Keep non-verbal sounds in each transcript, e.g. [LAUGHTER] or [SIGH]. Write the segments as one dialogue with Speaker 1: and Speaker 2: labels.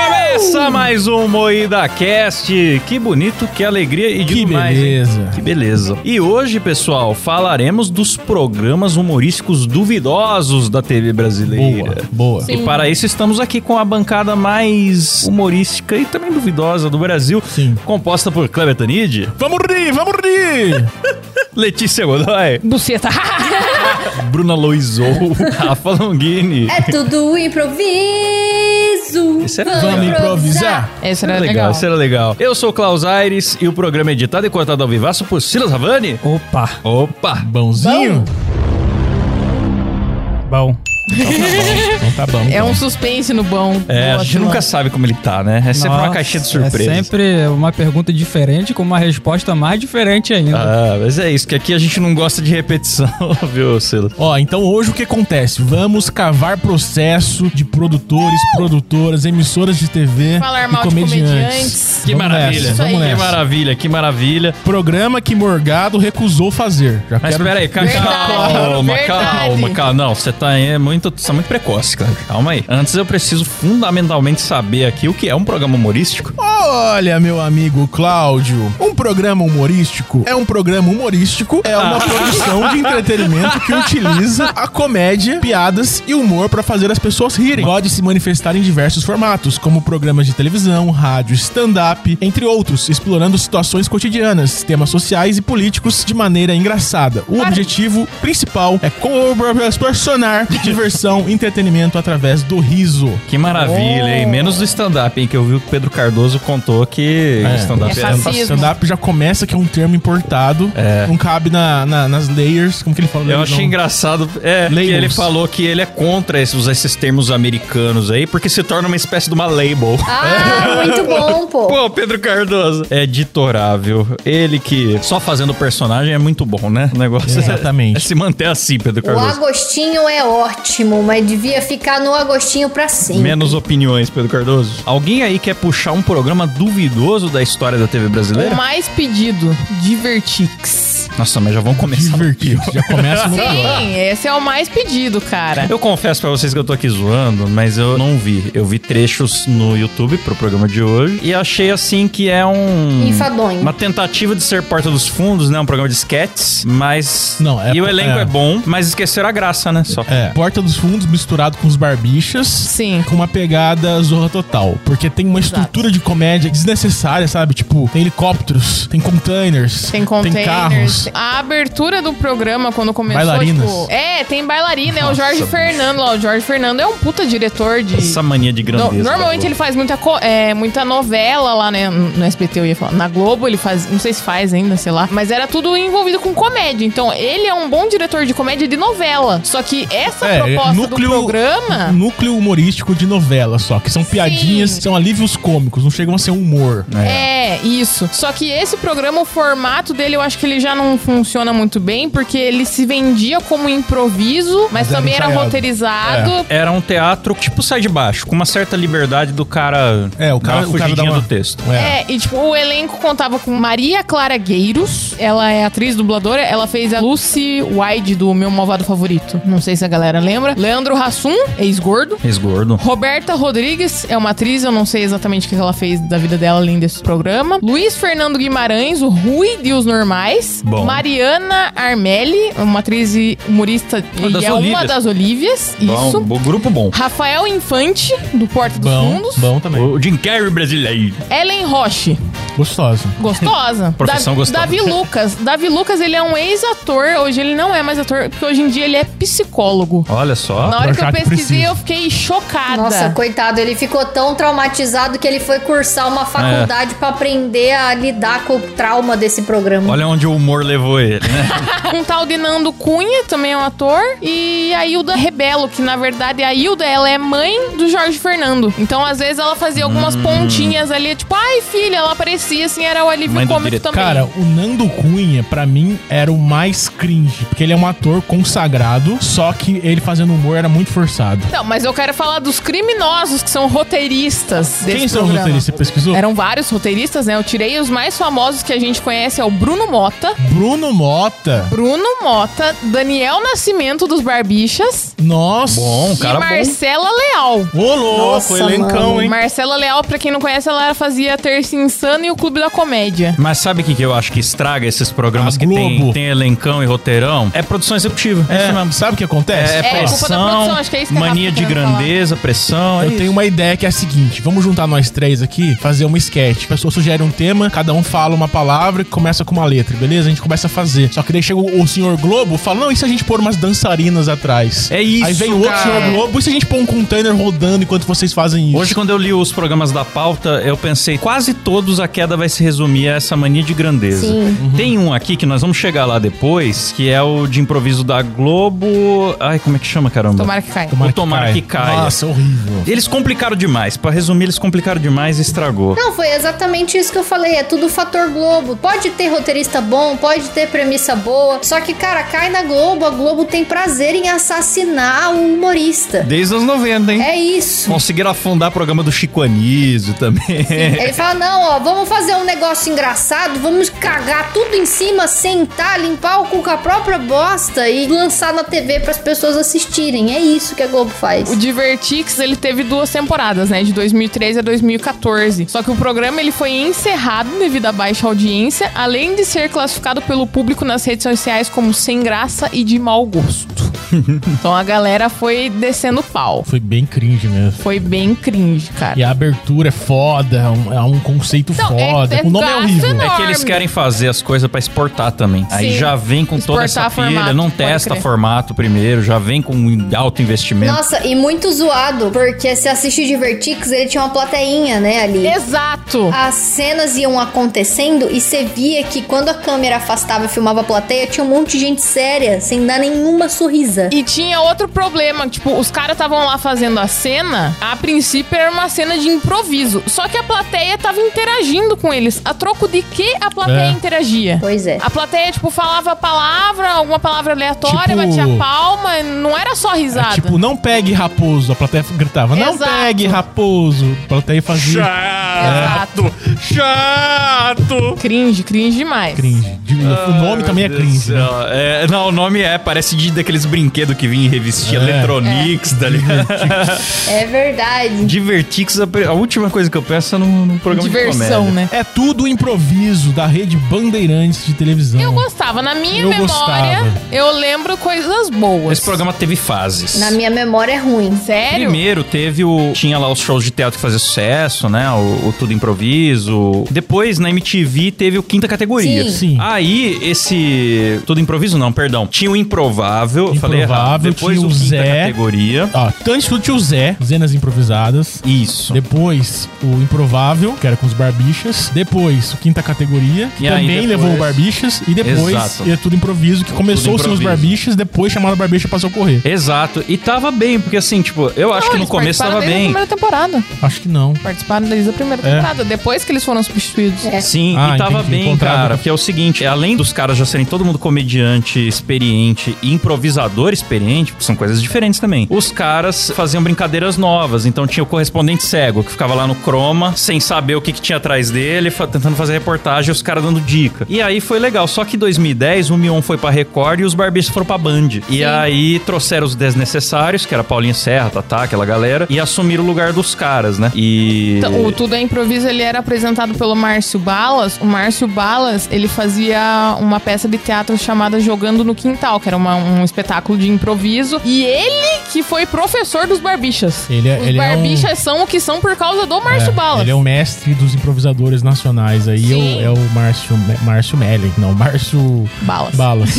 Speaker 1: Começa mais um Moída Cast. Que bonito, que alegria e
Speaker 2: Que
Speaker 1: digo mais, hein?
Speaker 2: beleza.
Speaker 1: Que beleza. E hoje, pessoal, falaremos dos programas humorísticos duvidosos da TV brasileira.
Speaker 2: Boa, boa.
Speaker 1: E para isso estamos aqui com a bancada mais humorística e também duvidosa do Brasil,
Speaker 2: Sim.
Speaker 1: composta por Kleber Tanid,
Speaker 2: Vamos rir, vamos rir!
Speaker 1: Letícia Godoy,
Speaker 3: Buceta. [LAUGHS]
Speaker 1: Bruna Loizou, [LAUGHS] Rafa Longini.
Speaker 4: É tudo improviso.
Speaker 1: Isso é
Speaker 2: vamos improvisar?
Speaker 3: Essa
Speaker 1: Será
Speaker 3: era legal.
Speaker 1: É legal, será legal. Eu sou o Klaus Aires e o programa é editado e cortado ao vivaço por Silas Havani.
Speaker 2: Opa!
Speaker 1: Opa!
Speaker 2: Bonzinho? Bom. Então tá bom. Então tá bom.
Speaker 3: [LAUGHS] É um suspense no bom.
Speaker 1: É,
Speaker 3: Boa,
Speaker 1: a gente nunca
Speaker 3: Silas.
Speaker 1: sabe como ele tá, né? É sempre uma
Speaker 5: Nossa,
Speaker 1: caixinha de surpresa.
Speaker 5: É sempre uma pergunta diferente com uma resposta mais diferente ainda.
Speaker 1: Ah, mas é isso, que aqui a gente não gosta de repetição, [LAUGHS] viu, Silas?
Speaker 2: Ó, então hoje o que acontece? Vamos cavar processo de produtores, produtoras, emissoras de TV
Speaker 3: Uh! Falar
Speaker 2: e
Speaker 3: mal de comediantes.
Speaker 1: Que
Speaker 2: Vamos
Speaker 1: maravilha,
Speaker 2: nessa,
Speaker 1: que
Speaker 2: vamos nessa.
Speaker 1: maravilha, que maravilha.
Speaker 2: Programa que Morgado recusou fazer. Já
Speaker 1: Mas
Speaker 2: quero-
Speaker 1: peraí, calma,
Speaker 3: Verdade,
Speaker 1: calma,
Speaker 3: verdade.
Speaker 1: calma, calma. Não, você tá é muito, você tá muito precoce, cara. Calma aí. Antes eu preciso fundamentalmente saber aqui o que é um programa humorístico.
Speaker 2: Olha, meu amigo Cláudio, um programa humorístico é um programa humorístico, é uma produção de entretenimento que utiliza a comédia, piadas e humor pra fazer as pessoas rirem. Pode se manifestar em diversos formatos, como programas de televisão, rádio, stand-up, entre outros, explorando situações cotidianas, temas sociais e políticos de maneira engraçada. O objetivo principal é proporcionar diversão e entretenimento através do riso.
Speaker 1: Que maravilha, hein?
Speaker 4: Oh.
Speaker 1: Menos do stand-up, hein? Que eu vi o Pedro Cardoso contou que stand-up
Speaker 3: É
Speaker 1: é,
Speaker 3: fascismo.
Speaker 2: Stand-up já começa que é um termo importado. Não cabe na, na- nas layers. Como que ele fala?
Speaker 4: é
Speaker 1: Eu
Speaker 2: Não.
Speaker 1: achei engraçado é, que
Speaker 2: Labels.
Speaker 1: ele falou que ele é contra esses, esses termos americanos aí, porque se torna uma espécie de uma label. [LAUGHS]
Speaker 4: Ah, muito bom, pô.
Speaker 1: É. Pô, Pedro Cardoso. É editorável. Ele que só fazendo personagem é muito bom, né? O negócio é-
Speaker 2: Exatamente.
Speaker 1: É, se manter assim, Pedro
Speaker 4: O
Speaker 1: Cardoso.
Speaker 4: Agostinho é ótimo, mas devia ficar no Agostinho pra sempre.
Speaker 1: Menos opiniões, Pedro Cardoso. Alguém aí quer puxar um programa duvidoso da história da TV brasileira?
Speaker 3: O mais pedido, Divertix.
Speaker 1: Nossa, mas já vamos começar. no
Speaker 2: Divertido. Já começa no pior.
Speaker 3: Sim, esse é o mais pedido, cara.
Speaker 1: Eu confesso pra vocês que eu tô aqui zoando, mas eu não vi. Eu vi trechos no YouTube pro programa de hoje e achei assim que é um.
Speaker 4: Enfadonho.
Speaker 1: Uma tentativa de ser Porta dos Fundos, né? Um programa de sketches, mas.
Speaker 2: Não, é-
Speaker 1: E o elenco é,
Speaker 2: é.
Speaker 1: bom, mas esqueceram a graça, né? Só.
Speaker 2: É, Porta dos Fundos misturado com os barbichas.
Speaker 3: Sim.
Speaker 2: Com uma pegada zorra total. Porque tem uma estrutura de comédia desnecessária, sabe? Tipo, tem helicópteros, tem containers,
Speaker 3: Tem containers.
Speaker 2: tem carros.
Speaker 3: A abertura do programa, quando começou,
Speaker 2: Bailarinas.
Speaker 3: tipo... É, tem bailarina, é o
Speaker 1: Nossa,
Speaker 3: Jorge
Speaker 1: bicho.
Speaker 3: Fernando lá. O Jorge Fernando é um puta diretor de...
Speaker 1: Essa mania de
Speaker 3: No-
Speaker 1: grandeza.
Speaker 3: normalmente ele faz muita, co- é, muita novela lá, né? No SBT eu ia falar. Na Globo ele faz. Não sei se faz ainda, sei lá. Mas era tudo envolvido com comédia. Então ele é um bom diretor de comédia de novela. Só que essa
Speaker 2: É,
Speaker 3: proposta
Speaker 2: núcleo-
Speaker 3: do programa.
Speaker 2: Um Núcleo humorístico de novela só, que são piadinhas, são alívios cômicos, não chegam a ser humor.
Speaker 3: É, isso. Só que esse programa, o formato dele, eu acho que ele já não funciona muito bem, porque ele se vendia como improviso, mas,
Speaker 2: Mas era
Speaker 3: também era,
Speaker 2: ensaiado. É.
Speaker 3: roteirizado.
Speaker 1: Era um teatro, tipo, sai de baixo, com uma certa liberdade do cara.
Speaker 2: É, o
Speaker 1: dar
Speaker 2: cara-
Speaker 1: uma
Speaker 2: o cara dá
Speaker 1: fugidinha
Speaker 2: uma-
Speaker 1: do texto.
Speaker 3: É, e tipo, o elenco contava com Maria Clara Gueiros, ela é atriz dubladora, ela fez a Lucy Wide do Meu Malvado Favorito, não sei se a galera lembra. Leandro Hassum, ex-gordo.
Speaker 1: Esgordo.
Speaker 3: Roberta Rodrigues é uma atriz, eu não sei exatamente o que ela fez da vida dela além desse programa. Luiz Fernando Guimarães, o Rui de Os Normais.
Speaker 1: Bom.
Speaker 3: Mariana Armelli, uma atriz e humorista
Speaker 1: Uma
Speaker 3: e
Speaker 1: das
Speaker 3: é uma
Speaker 1: Olívias.
Speaker 3: das Olívias.
Speaker 1: Bom,
Speaker 3: Isso.
Speaker 1: bo- grupo bom.
Speaker 3: Rafael Infante, do Porta dos
Speaker 2: Bom,
Speaker 3: Fundos.
Speaker 2: bom também.
Speaker 1: O Jim Carrey brasileiro.
Speaker 3: Ellen Roche,
Speaker 2: Gostoso. [LAUGHS]
Speaker 3: Gostosa.
Speaker 1: Profissão
Speaker 3: Davi-
Speaker 1: gostosa.
Speaker 3: Davi Lucas. Davi Lucas, ele é um ex-ator. Hoje ele não é mais ator, porque hoje em dia ele é psicólogo.
Speaker 1: Olha só.
Speaker 3: Na hora que eu
Speaker 2: Rorschach
Speaker 3: pesquisei,
Speaker 2: precisa.
Speaker 3: eu fiquei chocada. [LAUGHS]
Speaker 4: Nossa, coitado, ele ficou tão traumatizado que ele foi cursar
Speaker 1: É.
Speaker 4: uma faculdade pra aprender a lidar com o trauma desse programa.
Speaker 1: Olha onde o humor levou ele, né?
Speaker 3: um tal de Nando Cunha, também é um ator. E a Hilda Rebelo, que na verdade a Hilda, ela é mãe do Jorge Fernando. Então, às vezes, ela fazia algumas
Speaker 2: Hum.
Speaker 3: pontinhas ali, tipo, ai, filha, ela aparecia assim, era o
Speaker 1: Mãe
Speaker 3: alívio
Speaker 1: do
Speaker 3: cômico
Speaker 1: diretor.
Speaker 3: também.
Speaker 2: Cara, o Nando Cunha, pra mim, era o mais cringe. Porque ele é um ator consagrado, só que ele fazendo humor era muito forçado.
Speaker 3: Não, Então, mas eu quero falar dos criminosos que são roteiristas desse
Speaker 2: Quem são os
Speaker 3: programa.
Speaker 2: roteiristas? Você pesquisou?
Speaker 3: Eram vários roteiristas, né? Eu tirei os mais famosos que a gente conhece, é o Bruno Mota,
Speaker 2: Bruno Mota.
Speaker 3: Bruno Mota, Daniel Nascimento dos Barbixas,
Speaker 2: Nossa.
Speaker 1: Bom, cara
Speaker 3: e
Speaker 1: bom.
Speaker 3: Marcela Leal.
Speaker 2: Ô, louco,
Speaker 4: Nossa,
Speaker 2: elencão,
Speaker 4: mano.
Speaker 2: hein?
Speaker 3: Marcela Leal, pra quem não conhece, ela fazia Terça Insana e o Clube da Comédia.
Speaker 1: Mas sabe o que, que eu acho que estraga esses programas
Speaker 2: A
Speaker 1: que tem,
Speaker 2: Globo.
Speaker 1: tem elencão e roteirão? É produção executiva. É, isso
Speaker 2: É,
Speaker 1: mesmo.
Speaker 2: sabe o que acontece?
Speaker 1: É,
Speaker 3: culpa da
Speaker 1: pressão,
Speaker 3: produção, acho que é isso que a
Speaker 1: mania
Speaker 3: Rafa
Speaker 1: de
Speaker 3: tá querendo
Speaker 1: grandeza, pressão. é
Speaker 2: Eu
Speaker 1: isso.
Speaker 2: tenho uma ideia que é a seguinte: vamos juntar nós três aqui, fazer uma sketch. A pessoa sugere um tema, cada um fala uma palavra e começa com uma letra, beleza? A gente começa a fazer. Só que daí chega o, o senhor Globo e fala: não, e se a gente pôr umas dançarinas atrás?
Speaker 1: É isso,
Speaker 2: um- Aí vem o outro
Speaker 1: cara.
Speaker 2: senhor Globo, e se a gente pôr um container rodando enquanto vocês fazem isso?
Speaker 1: Hoje, quando eu li os programas da pauta, eu pensei, quase todos a queda vai se resumir a essa mania de grandeza.
Speaker 4: Sim.
Speaker 1: Tem um aqui que nós vamos chegar lá depois, que é o de improviso da Globo. Ai, como é que chama, caramba?
Speaker 3: Tomara que caia.
Speaker 1: o Tomara que caia.
Speaker 2: Nossa, horrível.
Speaker 1: Eles complicaram demais. Pra resumir, eles complicaram demais e estragou.
Speaker 4: Não, foi exatamente isso que eu falei. É tudo fator Globo. Pode ter roteirista bom, pode ter premissa boa. Só que, cara, cai na Globo. A Globo tem prazer em assassinar o humorista.
Speaker 1: Desde os 90, hein?
Speaker 4: É isso.
Speaker 1: Conseguiram afundar o programa do Chico Anísio também.
Speaker 3: É.
Speaker 4: Ele fala: não, ó, vamos fazer um negócio engraçado, vamos cagar tudo em cima, sentar, limpar o cu com a própria bosta e lançar na TV pras pessoas assistirem. É isso que a Globo faz.
Speaker 3: O Divertix, ele teve duas temporadas, né? De 2013 a 2014. Só que o programa, ele foi encerrado devido à baixa audiência, além de ser classificado pelo público nas redes sociais como sem graça e de mau gosto. então a galera foi descendo o pau.
Speaker 2: Foi bem cringe mesmo.
Speaker 3: Foi bem cringe, cara.
Speaker 2: E a abertura é foda, é um, é um conceito
Speaker 3: Não, é-
Speaker 2: foda.
Speaker 3: é
Speaker 2: o nome é
Speaker 3: gasto
Speaker 2: horrível.
Speaker 3: enorme.
Speaker 1: É que eles querem fazer as coisas pra exportar também. Aí
Speaker 3: Sim.
Speaker 1: já vem com toda essa
Speaker 3: Exportar
Speaker 1: pilha,
Speaker 3: formato,
Speaker 1: não
Speaker 3: pode
Speaker 1: testa
Speaker 3: crer.
Speaker 1: formato primeiro, já vem com um alto investimento.
Speaker 4: Nossa, e muito zoado, porque se assistir Divertix, ele tinha uma plateinha, né, ali.
Speaker 3: Exato!
Speaker 4: As cenas iam acontecendo e você via que quando a câmera afastava e filmava a plateia, tinha um monte de gente séria, sem dar nenhuma sorrisa.
Speaker 3: E tinha outro problema, tipo, os caras estavam lá fazendo a cena, a princípio era uma cena de improviso, só que a plateia tava interagindo com eles. A troco de que a plateia
Speaker 2: É.
Speaker 3: interagia?
Speaker 4: Pois é.
Speaker 3: A plateia, tipo, falava a palavra, alguma palavra aleatória,
Speaker 2: Tipo-
Speaker 3: batia palma, não era só
Speaker 2: É
Speaker 3: risada.
Speaker 2: tipo, não pegue raposo. A plateia gritava, não
Speaker 3: Exato.
Speaker 2: pegue raposo. A plateia fazia
Speaker 3: Exato.
Speaker 1: Chato!
Speaker 3: Cringe, cringe demais.
Speaker 2: cringe. De- o nome também é cringe. né?
Speaker 1: É, não, o nome é, parece de daqueles brinquedos que vinha em revistinha
Speaker 2: É.
Speaker 1: Eletronics, tá ligado?
Speaker 4: É verdade.
Speaker 1: Divertix, a, pre- a última coisa que eu peço é num, num programa de
Speaker 3: Diversão,
Speaker 1: comédia.
Speaker 3: né?
Speaker 2: É tudo improviso da rede Bandeirantes de televisão.
Speaker 3: Eu gostava. Na minha
Speaker 2: Eu
Speaker 3: memória,
Speaker 2: gostava.
Speaker 3: eu lembro coisas boas.
Speaker 1: Esse programa teve fases.
Speaker 4: Na minha memória é ruim.
Speaker 3: Sério?
Speaker 1: Primeiro teve o. Tinha lá os shows de teatro que fazia sucesso, né? O, o Tudo Improviso. Depois, na MTV, teve o quinta categoria.
Speaker 4: Sim.
Speaker 2: Sim.
Speaker 1: Aí, esse. Tudo improviso, não, perdão. Tinha o improvável. eu falei errado.
Speaker 2: Improvável,
Speaker 1: Depois
Speaker 2: tinha
Speaker 1: o
Speaker 2: o
Speaker 1: quinta
Speaker 2: Zé.
Speaker 1: categoria.
Speaker 2: Ó, antes de tudo tinha o Zé, Zenas Improvisadas.
Speaker 1: Isso.
Speaker 2: Depois, o Improvável, que era com os Barbixas. Depois, o Quinta Categoria, que
Speaker 1: E aí, depois-
Speaker 2: também levou o Barbixas. E depois,
Speaker 1: Exato.
Speaker 2: e é tudo improviso, que começou sem os
Speaker 1: improviso.
Speaker 2: Barbixas, depois chamaram o Barbicha pra socorrer.
Speaker 1: Exato. E tava bem, porque assim, tipo, eu acho
Speaker 3: Não,
Speaker 1: que no
Speaker 3: eles
Speaker 1: começo
Speaker 3: participaram
Speaker 1: tava
Speaker 3: desde
Speaker 1: bem.
Speaker 3: a primeira temporada.
Speaker 2: Acho que não.
Speaker 3: Participaram desde a primeira
Speaker 2: É.
Speaker 3: temporada, depois que eles foram substituídos.
Speaker 4: É.
Speaker 1: Sim,
Speaker 2: Ah,
Speaker 1: e tava
Speaker 2: entendi,
Speaker 1: bem,
Speaker 2: encontrado.
Speaker 1: cara. Porque é o seguinte, além dos caras já serem todo mundo comediante experiente e improvisador experiente, porque são coisas diferentes também. Os caras faziam brincadeiras novas. Então tinha o correspondente cego, que ficava lá no croma, sem saber o que, que tinha atrás dele, fa- tentando fazer reportagem, os caras dando dica. E aí foi legal. Só que em 2010, o Mion foi pra Record e os barbichos foram pra Band. E aí trouxeram os desnecessários, que era Paulinho Serra, Tatá, aquela galera, e assumiram o lugar dos caras, né? E...
Speaker 3: Então, O Tudo é Improviso, ele era apresentado pelo Márcio Balas. O Márcio Balas, ele fazia uma peça de teatro chamada Jogando no Quintal, que era uma- um espetáculo de improviso. E ele que foi professor dos Barbichas.
Speaker 2: Ele é-
Speaker 3: Os
Speaker 2: ele é um-
Speaker 3: Barbichas são o que são por causa do Márcio
Speaker 2: É,
Speaker 3: Balas.
Speaker 2: Ele é o mestre dos improvisadores nacionais aí, é
Speaker 3: Sim.
Speaker 2: o, é o Márcio, Márcio Melling, não, Márcio
Speaker 3: Balas.
Speaker 2: Balas.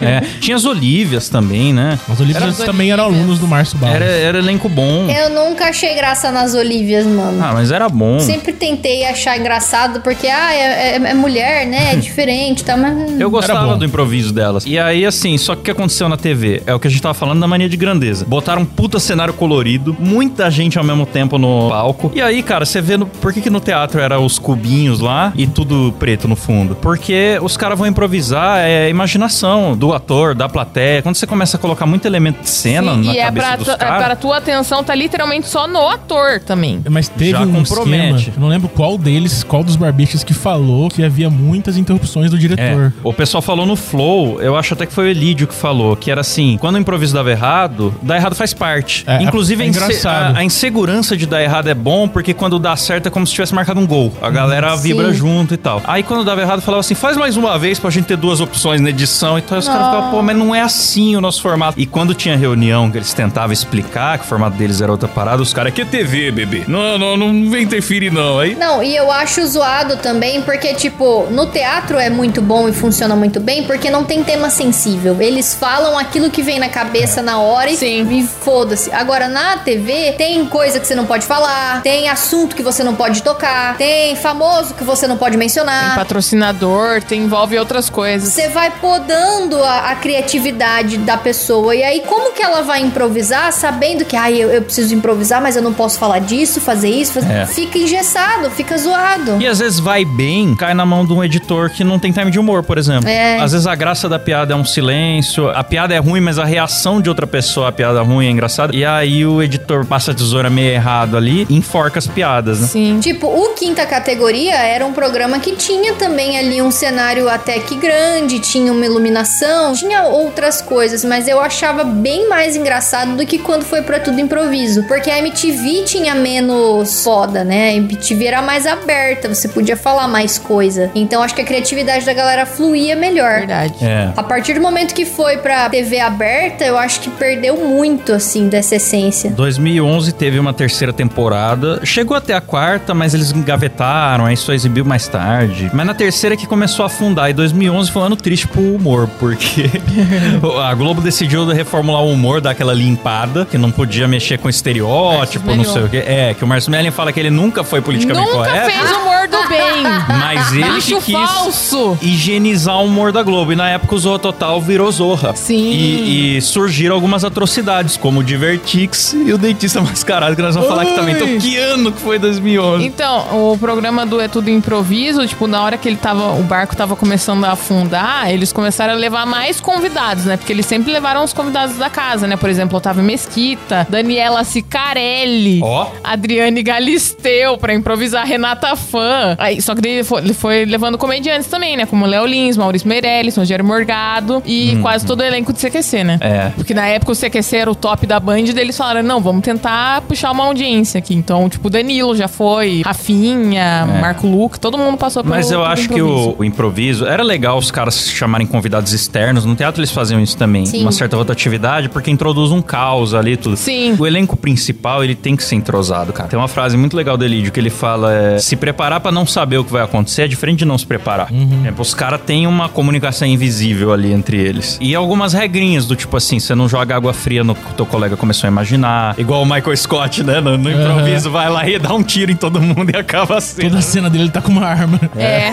Speaker 1: É, tinha as Olívias também, né?
Speaker 2: Mas o Olívios
Speaker 3: Era-
Speaker 2: também eram alunos do Márcio Balas.
Speaker 1: Era, é, era elenco bom.
Speaker 4: Eu nunca achei graça nas Olívias, mano.
Speaker 1: Hum. Ah, mas era bom.
Speaker 4: Sempre tentei achar engraçado, porque, ah, é, é- é mulher, né?
Speaker 1: [LAUGHS]
Speaker 4: É diferente, tá? Mas.
Speaker 1: Eu
Speaker 2: Era
Speaker 1: gostava
Speaker 2: bom.
Speaker 1: do improviso delas. E aí, assim, só que o que aconteceu na TV? É o que a gente tava falando da mania de grandeza. Botaram um puta cenário colorido, muita gente ao mesmo tempo no palco. E aí, cara, você vê no... por que, que no teatro era os cubinhos lá e tudo preto no fundo? Porque os caras vão improvisar, é imaginação do ator, da plateia. Quando você começa a colocar muito elemento de cena
Speaker 3: Sim,
Speaker 1: na
Speaker 3: e é
Speaker 1: cabeça
Speaker 3: pra,
Speaker 1: dos
Speaker 3: tu- é pra
Speaker 1: caras...
Speaker 3: tua atenção, tá literalmente só no ator também.
Speaker 2: Mas teve
Speaker 1: Já
Speaker 2: um
Speaker 1: compromete.
Speaker 2: esquema, eu não lembro qual deles, qual dos barbichas que falou que havia muitas interrupções do
Speaker 1: É,
Speaker 2: diretor.
Speaker 1: o pessoal falou no Flow, eu acho até que foi o Elídio que falou, que era assim, quando o improviso dava errado, dar errado faz parte.
Speaker 2: É,
Speaker 1: Inclusive,
Speaker 2: é
Speaker 1: a inse-
Speaker 2: engraçado.
Speaker 1: a, a insegurança de dar errado é bom, porque quando dá certo é como se tivesse marcado um gol. A galera vibra junto e tal. Aí quando dava errado, falava assim, faz mais uma vez pra gente ter duas opções na edição. Então os caras ficavam, pô, mas não é assim o nosso formato. E quando tinha reunião que eles tentavam explicar que o formato deles era outra parada, os caras, que é TV, bebê? Não, não, não vem interferir não. Aí
Speaker 4: Não, e eu acho zoado também, porque, tipo, no teatro é muito bom e funciona muito bem, porque não tem tema sensível. Eles falam aquilo que vem na cabeça na hora e,
Speaker 3: Sim.
Speaker 4: e foda-se. Agora, na TV, tem coisa que você não pode falar, tem assunto que você não pode tocar, tem famoso que você não pode
Speaker 3: Tem
Speaker 4: mencionar.
Speaker 3: patrocinador, tem, envolve outras coisas.
Speaker 4: Você vai podando a, a criatividade da pessoa. E aí, como que ela vai improvisar sabendo que, ai, eu, eu preciso improvisar, mas eu não posso falar disso, fazer isso? fazer-"
Speaker 1: É.
Speaker 4: Fica engessado, fica zoado.
Speaker 1: E às vezes vai bem, cai na mão de um editor que não tem time de humor, por exemplo.
Speaker 4: É.
Speaker 1: Às vezes a graça da piada é um silêncio, a piada é ruim, mas a reação de outra pessoa à piada ruim é engraçada. E aí o editor passa a tesoura meio errado ali e enforca as piadas, né?
Speaker 3: Sim.
Speaker 4: Tipo, o Quinta Categoria era um programa que tinha também ali um cenário até que grande, tinha uma iluminação, tinha outras coisas, mas eu achava bem mais engraçado do que quando foi pra tudo improviso. Porque a MTV tinha menos foda, né? A MTV era mais aberta, você podia falar mais coisa. Então acho que a criatividade da galera fluía melhor.
Speaker 3: Verdade.
Speaker 1: É.
Speaker 4: A partir do momento que foi pra TV aberta, eu acho que perdeu muito, assim, dessa essência.
Speaker 1: 2011 teve uma terceira temporada. Chegou até a quarta, mas eles engavetaram, aí só exibiu mais tarde. Mas na terceira é que começou a afundar. E 2011 foi um ano triste pro humor, porque [LAUGHS] a Globo decidiu reformular o humor, dar aquela limpada, que não podia mexer com estereótipo,
Speaker 3: Márcio
Speaker 1: não sei o quê. É, que o Márcio Mellin fala que ele nunca foi politicamente
Speaker 3: Nunca
Speaker 1: correto.
Speaker 3: fez um humor do bem.
Speaker 1: [LAUGHS] Mas ele que
Speaker 3: Acho
Speaker 1: quis
Speaker 3: falso.
Speaker 1: higienizar o humor da Globo. E na época o Zorra Total virou Zorra.
Speaker 3: Sim.
Speaker 1: E, e surgiram algumas atrocidades, como o Divertix e o Dentista Mascarado, que nós vamos falar aqui também. Então, que ano que foi 2011?
Speaker 3: Então, o programa do É Tudo Improviso, tipo, na hora que ele tava, o barco tava começando a afundar, eles começaram a levar mais convidados, né? Porque eles sempre levaram os convidados da casa, né? Por exemplo, Otávio Mesquita, Daniela Sicarelli.
Speaker 1: Ó.
Speaker 3: Adriane Galisteu pra improvisar Renata Fã. Aí, só que daí ele foi, ele foi levando comediantes também, né? Como Léo Lins, Maurício Meirelles, Rogério Morgado e quase todo o elenco do CQC, né?
Speaker 1: Uhum. É.
Speaker 3: Porque na época o CQC era o top da Band, daí eles falaram, não, vamos tentar puxar uma audiência aqui. Então, tipo, Danilo já foi, Rafinha, Marco Luque, todo mundo passou pelo
Speaker 1: É. Mas eu
Speaker 3: pelo
Speaker 1: acho que
Speaker 3: improviso.
Speaker 1: o, o improviso era legal os caras chamarem convidados externos. No teatro eles faziam isso também,
Speaker 4: Sim.
Speaker 1: uma certa rotatividade, porque introduz um caos ali e tudo.
Speaker 3: Sim.
Speaker 1: O elenco principal ele tem que ser entrosado, cara. Tem uma frase muito legal do Elídio que ele fala: é, se preparar pra não saber o que vai acontecer é diferente de não se preparar. Tipo, os caras têm uma comunicação invisível ali entre eles e algumas regrinhas do tipo assim, você não joga água fria no que o teu colega começou a imaginar. Igual o Michael Scott, né? No, no improviso vai lá e dá um tiro em todo mundo e acaba assim.
Speaker 2: Toda a cena dele tá com uma arma.
Speaker 3: É.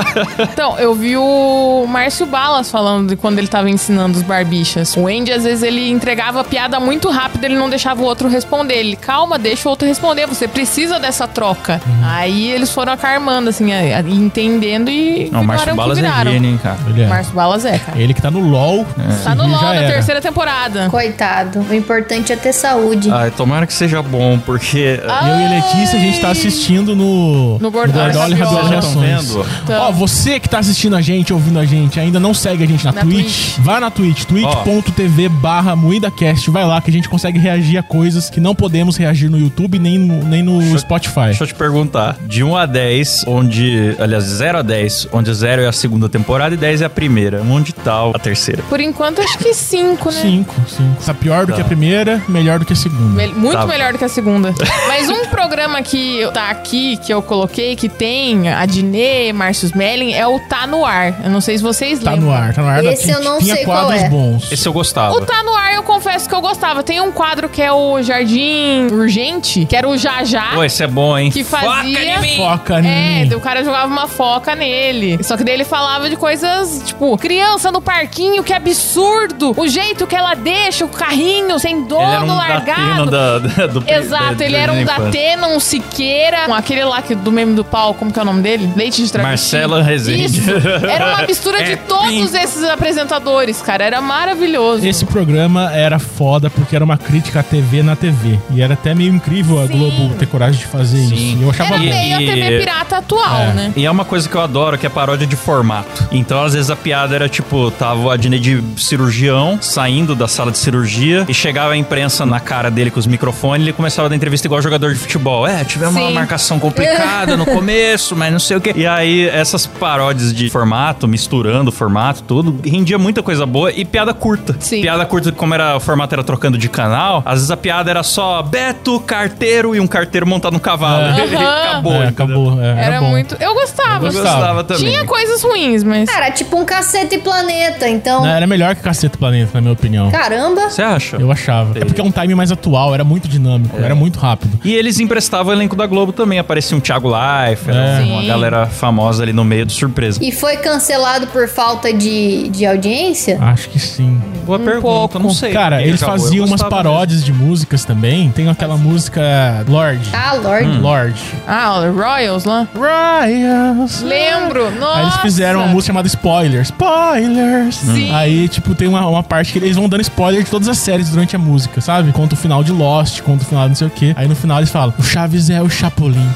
Speaker 3: [LAUGHS] então, eu vi o Márcio Balas falando de quando ele tava ensinando os barbichas. O Andy, às vezes, ele entregava a piada muito rápido, ele não deixava o outro responder. Ele, calma, deixa o outro responder, você precisa dessa troca.
Speaker 1: Uhum.
Speaker 3: Aí eles foram acarmando, assim, a- a- entendendo e
Speaker 1: Não, o Márcio
Speaker 3: viraram o que
Speaker 1: Balas é
Speaker 3: viraram.
Speaker 1: gênio, hein, cara.
Speaker 2: Ele, é.
Speaker 3: Márcio Balas é, cara.
Speaker 2: ele que tá no LOL.
Speaker 3: Tá no
Speaker 2: Já
Speaker 3: LOL da
Speaker 2: era.
Speaker 3: terceira temporada.
Speaker 4: Coitado, o importante é ter saúde.
Speaker 1: Ai, Ah, tomara que seja bom, porque. eh,
Speaker 3: Ah.
Speaker 2: Eu e a Letícia, a gente tá assistindo no...
Speaker 3: No Gordão
Speaker 2: Gordão
Speaker 3: e
Speaker 2: e
Speaker 3: Rabiola.
Speaker 2: Reações.
Speaker 1: Vocês tão vendo?
Speaker 3: Então.
Speaker 2: Ó, você que tá assistindo a gente, ouvindo a gente, ainda não segue a gente na,
Speaker 3: Na
Speaker 2: Twitch, vai na Twitch, twitch.tv barra MuidaCast, vai lá que a gente consegue reagir a coisas que não podemos reagir no YouTube nem no, nem no Spotify.
Speaker 1: Deixa eu te perguntar. De 1 a 10, onde. Aliás, 0 a 10, onde 0 é a segunda temporada e 10 é a primeira. Onde tal a terceira?
Speaker 3: Por enquanto, acho que cinco, né?
Speaker 2: Cinco, cinco. Tá pior do que a primeira, melhor do que a segunda.
Speaker 3: Mel- Muito
Speaker 1: Tá.
Speaker 3: melhor do que
Speaker 1: [LAUGHS]
Speaker 3: a segunda. Mas um programa que eu- tá aqui, que eu coloquei, que tem a Dinê, Márcio Smelling, é o Tá No Ar. Eu não sei se vocês
Speaker 2: Tá
Speaker 3: lembram.
Speaker 2: no ar, tá no ar
Speaker 4: Esse
Speaker 2: da
Speaker 4: eu não
Speaker 2: Tinha
Speaker 4: sei qual
Speaker 2: quadros
Speaker 4: é.
Speaker 2: bons.
Speaker 1: Esse eu gostava.
Speaker 3: O Tá No Ar eu confesso que eu gostava. Tem um quadro que é o Jardim Urgente, que era o Jajá.
Speaker 1: Pô, esse é bom, hein?
Speaker 3: Que fazia-
Speaker 1: Foca em mim!
Speaker 2: Foca
Speaker 3: É,
Speaker 2: em
Speaker 3: daí o cara jogava uma foca nele. Só que daí ele falava de coisas, tipo, criança no parquinho, que absurdo! O jeito que ela deixa o carrinho sem
Speaker 1: Ele era
Speaker 3: dono
Speaker 1: um
Speaker 3: largado.
Speaker 1: latino da, da, do
Speaker 3: Exato,
Speaker 2: é
Speaker 1: da-
Speaker 3: ele
Speaker 1: da
Speaker 3: era um
Speaker 1: infância.
Speaker 3: Datena, um Siqueira, um- aquele lá que, do meme do pau, como que é o nome dele? Leite de travesti.
Speaker 1: Marcela Rezende.
Speaker 3: Isso, era
Speaker 2: [LAUGHS]
Speaker 3: uma mistura de
Speaker 1: É,
Speaker 3: todos esses apresentadores, cara, era maravilhoso.
Speaker 2: Esse programa era foda porque era uma crítica à TV na TV. E era até meio incrível a
Speaker 3: Sim.
Speaker 2: Globo ter coragem de fazer
Speaker 1: Sim.
Speaker 2: isso. E eu achava
Speaker 3: Era
Speaker 1: E-
Speaker 2: bom.
Speaker 3: meio a
Speaker 1: e-
Speaker 3: TV pirata atual,
Speaker 2: É.
Speaker 3: né?
Speaker 1: E é uma coisa que eu adoro, que é paródia de formato. Então, às vezes, a piada era tipo, tava a Adnet de cirurgião, saindo da sala de cirurgia, e chegava a imprensa na cara dele com os microfones, ele começava a dar entrevista igual jogador de futebol. É, tivemos uma
Speaker 3: Sim.
Speaker 1: marcação complicada
Speaker 3: [LAUGHS]
Speaker 1: no começo, mas não sei o quê. E aí, essas paródias de formato, misturando o formato, tudo, rendia muita coisa boa e piada curta.
Speaker 3: Sim.
Speaker 1: Piada curta, como era o formato era trocando de canal, às vezes a piada era só Beto, carteiro e um carteiro montado no cavalo.
Speaker 3: É.
Speaker 1: E
Speaker 3: Aham.
Speaker 1: [LAUGHS] acabou.
Speaker 2: É,
Speaker 1: entendeu?
Speaker 2: acabou. é,
Speaker 3: Era,
Speaker 2: bom.
Speaker 3: muito. Eu gostava.
Speaker 1: Eu gostava também.
Speaker 3: Tinha coisas ruins, mas.
Speaker 4: Cara, tipo um cacete e planeta, então.
Speaker 2: Não, Né,
Speaker 1: Né?
Speaker 2: era melhor que Caceta e Planeta, na minha opinião.
Speaker 4: Caramba!
Speaker 1: Você acha?
Speaker 2: Eu achava. É porque é um time mais atual, era muito dinâmico,
Speaker 1: É.
Speaker 2: era muito rápido.
Speaker 1: E eles emprestavam o elenco da Globo também. Aparecia um Thiago Life,
Speaker 2: É.
Speaker 1: uma
Speaker 3: Sim.
Speaker 1: galera famosa ali no meio de surpresa.
Speaker 4: E foi cancelado por falta de, de
Speaker 1: Ah.
Speaker 4: audiência?
Speaker 2: Acho que sim.
Speaker 1: Boa pergunta,
Speaker 3: um pouco.
Speaker 1: não sei.
Speaker 2: Cara,
Speaker 1: Quem
Speaker 2: eles
Speaker 1: acabou, eu
Speaker 2: faziam umas
Speaker 1: gostava
Speaker 2: paródias de músicas também. Tem aquela música Lorde.
Speaker 4: Ah, Lorde.
Speaker 1: Hum.
Speaker 2: Lorde.
Speaker 3: Ah, o Royals lá.
Speaker 2: Royals.
Speaker 3: Lembro. Nossa.
Speaker 2: Aí eles fizeram uma música chamada Spoilers. Spoilers!
Speaker 3: Sim.
Speaker 2: Aí, tipo, tem uma, uma parte que eles vão dando spoiler de todas as séries durante a música, sabe? Conta o final de Lost, conta o final de não sei o quê. Aí no final eles falam: o Chaves é
Speaker 1: [LAUGHS]
Speaker 2: o Chapolin.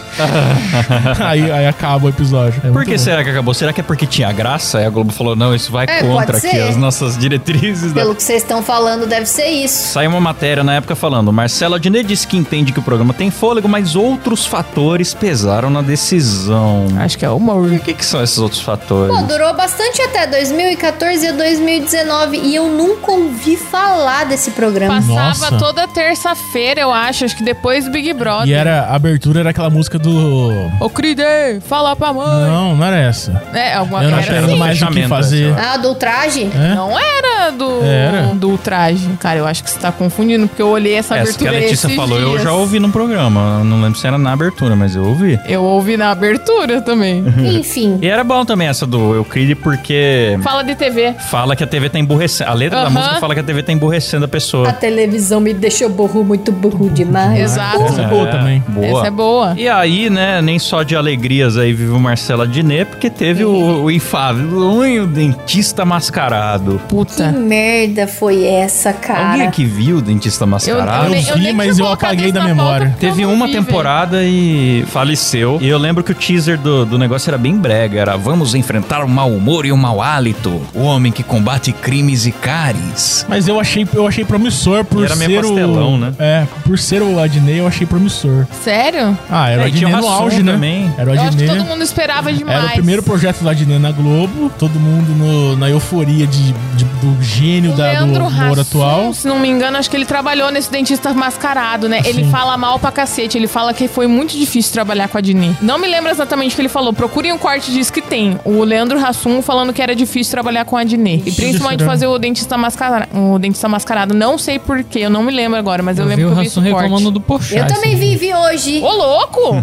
Speaker 2: aí, aí acaba o episódio. É
Speaker 1: mesmo. Por
Speaker 2: muito
Speaker 1: que
Speaker 2: bom.
Speaker 1: será que acabou? Será que é porque tinha graça? Aí a Globo falou: não, isso vai
Speaker 4: É,
Speaker 1: contra
Speaker 4: pode
Speaker 1: aqui
Speaker 4: ser.
Speaker 1: as nossas diretrizes. Da...
Speaker 4: Pelo que vocês estão falando, deve ser isso.
Speaker 1: Saiu uma matéria na época falando: Marcela Diné disse que entende que o programa tem fôlego, mas outros fatores pesaram na decisão.
Speaker 3: Acho que é o Maury.
Speaker 1: E o que, que são esses outros fatores?
Speaker 4: Pô, durou bastante até 2014 e 2019 e eu nunca ouvi falar desse programa.
Speaker 3: Passava
Speaker 2: Nossa.
Speaker 3: toda terça-feira, eu acho. Acho que depois do Big Brother.
Speaker 2: E era, a abertura era aquela música do.
Speaker 3: Ô, Cridê, fala pra mãe.
Speaker 2: Não, não era essa.
Speaker 3: É, alguma
Speaker 2: Eu não
Speaker 1: acho que
Speaker 3: era
Speaker 1: era
Speaker 2: tenho
Speaker 1: do
Speaker 3: assim.
Speaker 2: mais o que
Speaker 1: fechamento,
Speaker 2: fazer.
Speaker 1: essa.
Speaker 4: Ah, do ultraje?
Speaker 2: É?
Speaker 3: Não era do,
Speaker 2: Era.
Speaker 3: do ultraje. Cara, eu acho que você tá confundindo, porque eu olhei essa
Speaker 1: Essa que
Speaker 3: abertura
Speaker 1: a Letícia
Speaker 3: esses
Speaker 1: falou, eu
Speaker 3: dias.
Speaker 1: já ouvi num programa. Eu Não lembro se era na abertura, mas eu ouvi.
Speaker 3: Eu ouvi na abertura também.
Speaker 1: Uhum.
Speaker 4: Enfim.
Speaker 1: Hum. E era bom também essa do Euclide, porque
Speaker 3: Fala de TV.
Speaker 1: Fala que a TV tá emburrecendo. A letra da
Speaker 3: Aham.
Speaker 1: música fala que a TV tá emburrecendo a
Speaker 4: A
Speaker 1: pessoa.
Speaker 4: televisão me deixou burro, muito burro demais.
Speaker 3: Exato.
Speaker 2: Essa é boa também.
Speaker 1: Boa.
Speaker 3: Essa é boa.
Speaker 1: E aí, né, nem só de alegrias aí vive o Marcela Diné, porque teve o, o infalível o dentista mascarado.
Speaker 4: Que
Speaker 3: Puta.
Speaker 4: merda foi essa,
Speaker 1: Alguém
Speaker 4: cara?
Speaker 1: aqui viu o dentista mascarado?
Speaker 2: Eu vi,
Speaker 3: nem
Speaker 2: mas
Speaker 3: quis
Speaker 2: eu
Speaker 3: colocar
Speaker 2: apaguei
Speaker 3: isso
Speaker 2: da
Speaker 3: na
Speaker 2: memória.
Speaker 3: pauta, porque
Speaker 1: Teve
Speaker 3: eu não
Speaker 1: uma
Speaker 3: vi,
Speaker 1: temporada e faleceu. E eu lembro que o teaser do, do negócio era bem brega. Era vamos enfrentar o mau humor e o mau hálito. O homem que combate crimes e cares.
Speaker 2: Mas eu achei, eu achei promissor por
Speaker 1: E era
Speaker 2: ser
Speaker 1: meio pastelão,
Speaker 2: o.
Speaker 1: né?
Speaker 2: É, por ser o Adney, eu achei promissor.
Speaker 3: velho. Sério?
Speaker 2: Ah, era
Speaker 1: É,
Speaker 2: o
Speaker 1: e tinha
Speaker 2: Adney
Speaker 1: o
Speaker 2: no
Speaker 1: Rassum
Speaker 2: auge, né?
Speaker 1: também.
Speaker 2: Era o
Speaker 3: Eu acho que
Speaker 2: Adney.
Speaker 3: todo mundo esperava demais.
Speaker 2: Era o primeiro projeto da Adnê na Globo, todo mundo no- na euforia de, de- do gênio
Speaker 3: O
Speaker 2: da, do
Speaker 3: Leandro
Speaker 2: humor
Speaker 3: Hassum,
Speaker 2: atual.
Speaker 3: se não me engano, acho que ele trabalhou nesse dentista mascarado, né? Ele
Speaker 2: Sim.
Speaker 3: fala mal pra cacete. Ele fala que foi muito difícil trabalhar com a Dini. Não me lembro exatamente o que ele falou. Procurem um corte disso que tem. O Leandro Hassum falando que era difícil trabalhar com a Dini. E principalmente
Speaker 2: será?
Speaker 3: fazer o dentista mascarado. O dentista mascarado. Não sei porquê, eu não me lembro agora, mas eu,
Speaker 5: vi
Speaker 3: lembro
Speaker 5: o
Speaker 3: que eu vi esse
Speaker 5: Rassum
Speaker 3: corte.
Speaker 5: reclamando do Porchat.
Speaker 4: Eu também vi,
Speaker 5: assim.
Speaker 4: vi hoje.
Speaker 3: Ô, louco!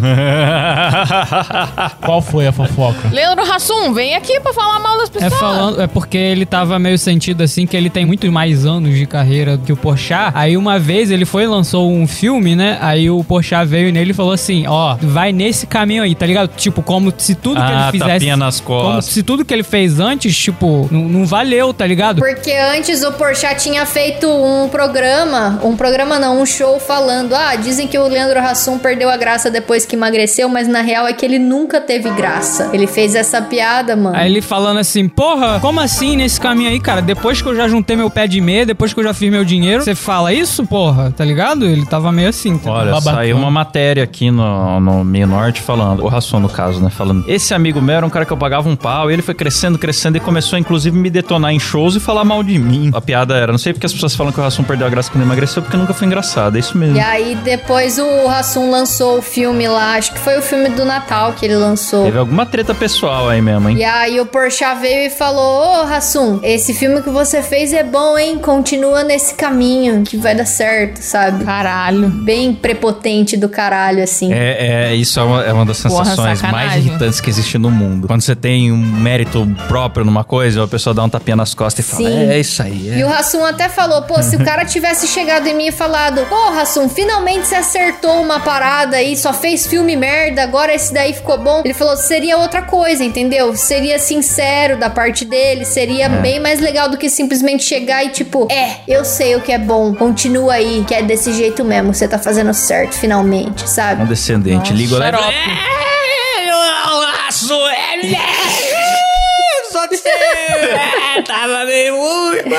Speaker 2: Qual foi a fofoca?
Speaker 3: Leandro Hassum, vem aqui pra falar mal das
Speaker 5: É
Speaker 3: pessoas.
Speaker 5: falando, é porque ele tava meio sentido assim que ele tem muito mais anos de carreira do que o Porchat. Aí uma vez ele foi e lançou um filme, né? Aí o Porchat veio nele e falou assim: "Ó, vai nesse caminho aí", tá ligado? Tipo, como se tudo que
Speaker 1: Ah,
Speaker 5: ele fizesse
Speaker 1: tapinha nas
Speaker 5: Como
Speaker 1: costas.
Speaker 5: se tudo que ele fez antes, tipo, não, não valeu, tá ligado?
Speaker 4: Porque antes o Porchat tinha feito um programa, um programa não, um show falando, ah, dizem que o Leandro Hassum perdeu a graça depois que emagreceu, mas na real é que ele nunca teve graça. Ele fez essa piada, mano.
Speaker 5: Aí ele falando assim, porra, como assim nesse caminho aí, cara? Depois que eu já juntei meu pé de meia, depois que eu já fiz meu dinheiro, você fala isso, porra, tá ligado? Ele tava meio assim,
Speaker 1: [LAUGHS]
Speaker 5: tá
Speaker 1: Olha,
Speaker 2: Babacão.
Speaker 1: saiu uma matéria aqui no, no Meio Norte falando, o Rassum no caso, né? Falando, esse amigo meu era um cara que eu pagava um pau, e ele foi crescendo, crescendo e começou inclusive me detonar em shows e falar mal de mim. A piada era, não sei porque as pessoas falam que o Rassum perdeu a graça quando emagreceu, porque nunca foi engraçado, é isso mesmo.
Speaker 4: E aí depois o Hassum lançou o filme lá, acho que foi o filme do Natal que ele lançou.
Speaker 1: Teve alguma treta pessoal aí mesmo, hein?
Speaker 4: E aí o Porchat veio e falou: Ô, Rassum, esse filme que você fez é bom, hein? Continua nesse caminho que vai dar certo, sabe?
Speaker 3: Caralho.
Speaker 4: Bem prepotente do caralho, assim.
Speaker 1: É, é, isso é uma, é uma das
Speaker 3: Porra,
Speaker 1: sensações mais
Speaker 3: sacanagem.
Speaker 1: irritantes que existe no mundo. Quando você tem um mérito próprio numa coisa, a pessoa dá um tapinha nas costas e fala,
Speaker 4: Sim.
Speaker 1: é, é isso aí,
Speaker 4: E
Speaker 1: é.
Speaker 4: o Rassum até falou, pô, se o cara tivesse chegado em mim e falado, pô, Rassum, finalmente você acertou uma parada aí, só fez filme merda, agora esse daí ficou bom. Ele falou, seria outra coisa, entendeu? Seria sincero da parte dele, seria bem mais legal do que simplesmente chegar e tipo, é, eu sei o que é bom, continua aí, que é desse jeito mesmo, você tá fazendo certo finalmente,
Speaker 1: Um
Speaker 4: sabe?
Speaker 1: descendente, liga o
Speaker 3: Xarope.
Speaker 4: aconteceu?
Speaker 5: tava meio
Speaker 1: [LAUGHS]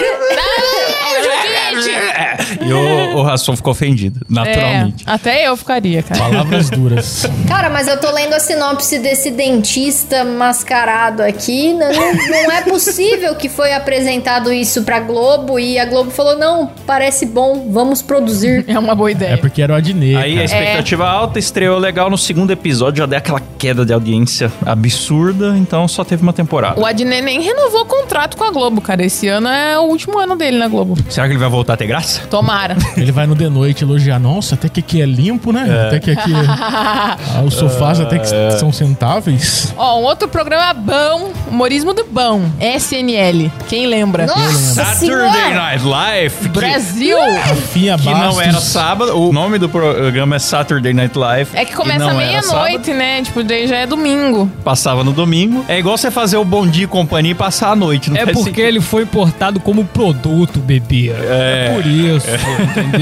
Speaker 1: E o, o Rasson ficou ofendido,
Speaker 3: É,
Speaker 1: naturalmente.
Speaker 3: até eu ficaria, cara.
Speaker 5: [LAUGHS]
Speaker 2: Palavras duras.
Speaker 4: Cara, mas eu tô lendo a sinopse desse dentista mascarado aqui. Não, não- não é possível que foi apresentado isso pra Globo e a Globo falou: não, parece bom, vamos produzir.
Speaker 3: É uma boa ideia.
Speaker 2: É porque era o Adnet.
Speaker 1: Aí a
Speaker 2: cara.
Speaker 1: expectativa alta, estreou legal no segundo episódio, já deu aquela queda de audiência absurda, então só teve uma temporada.
Speaker 3: O Adnet nem renovou o contrato com a Globo, cara. Esse ano é o último ano dele na Globo.
Speaker 1: Será que ele vai voltar a ter graça?
Speaker 3: Tomara. [LAUGHS]
Speaker 2: Ele vai no de noite elogiar. Nossa, até que aqui é limpo, né? Até que aqui. Ah, os sofás até que são sentáveis.
Speaker 3: Ó, um outro programa bom, Humorismo do Bom, SNL. Quem lembra?
Speaker 4: Nossa
Speaker 1: Saturday
Speaker 4: senhora!
Speaker 1: Night Live! que-
Speaker 3: Brasil!
Speaker 5: É.
Speaker 2: Fia
Speaker 1: Que
Speaker 2: Bastos.
Speaker 1: não era sábado. O nome do programa é Saturday Night Live.
Speaker 3: É que
Speaker 1: e
Speaker 3: começa
Speaker 1: não era sábado,
Speaker 3: meia-noite, né? Tipo, daí já é domingo.
Speaker 1: Passava no domingo. É igual você fazer o Bom Dia e Companhia e passar a noite. Não
Speaker 5: É
Speaker 1: faz
Speaker 5: porque ele foi importado como produto, bebê. É, por isso, entendeu?
Speaker 1: sentido.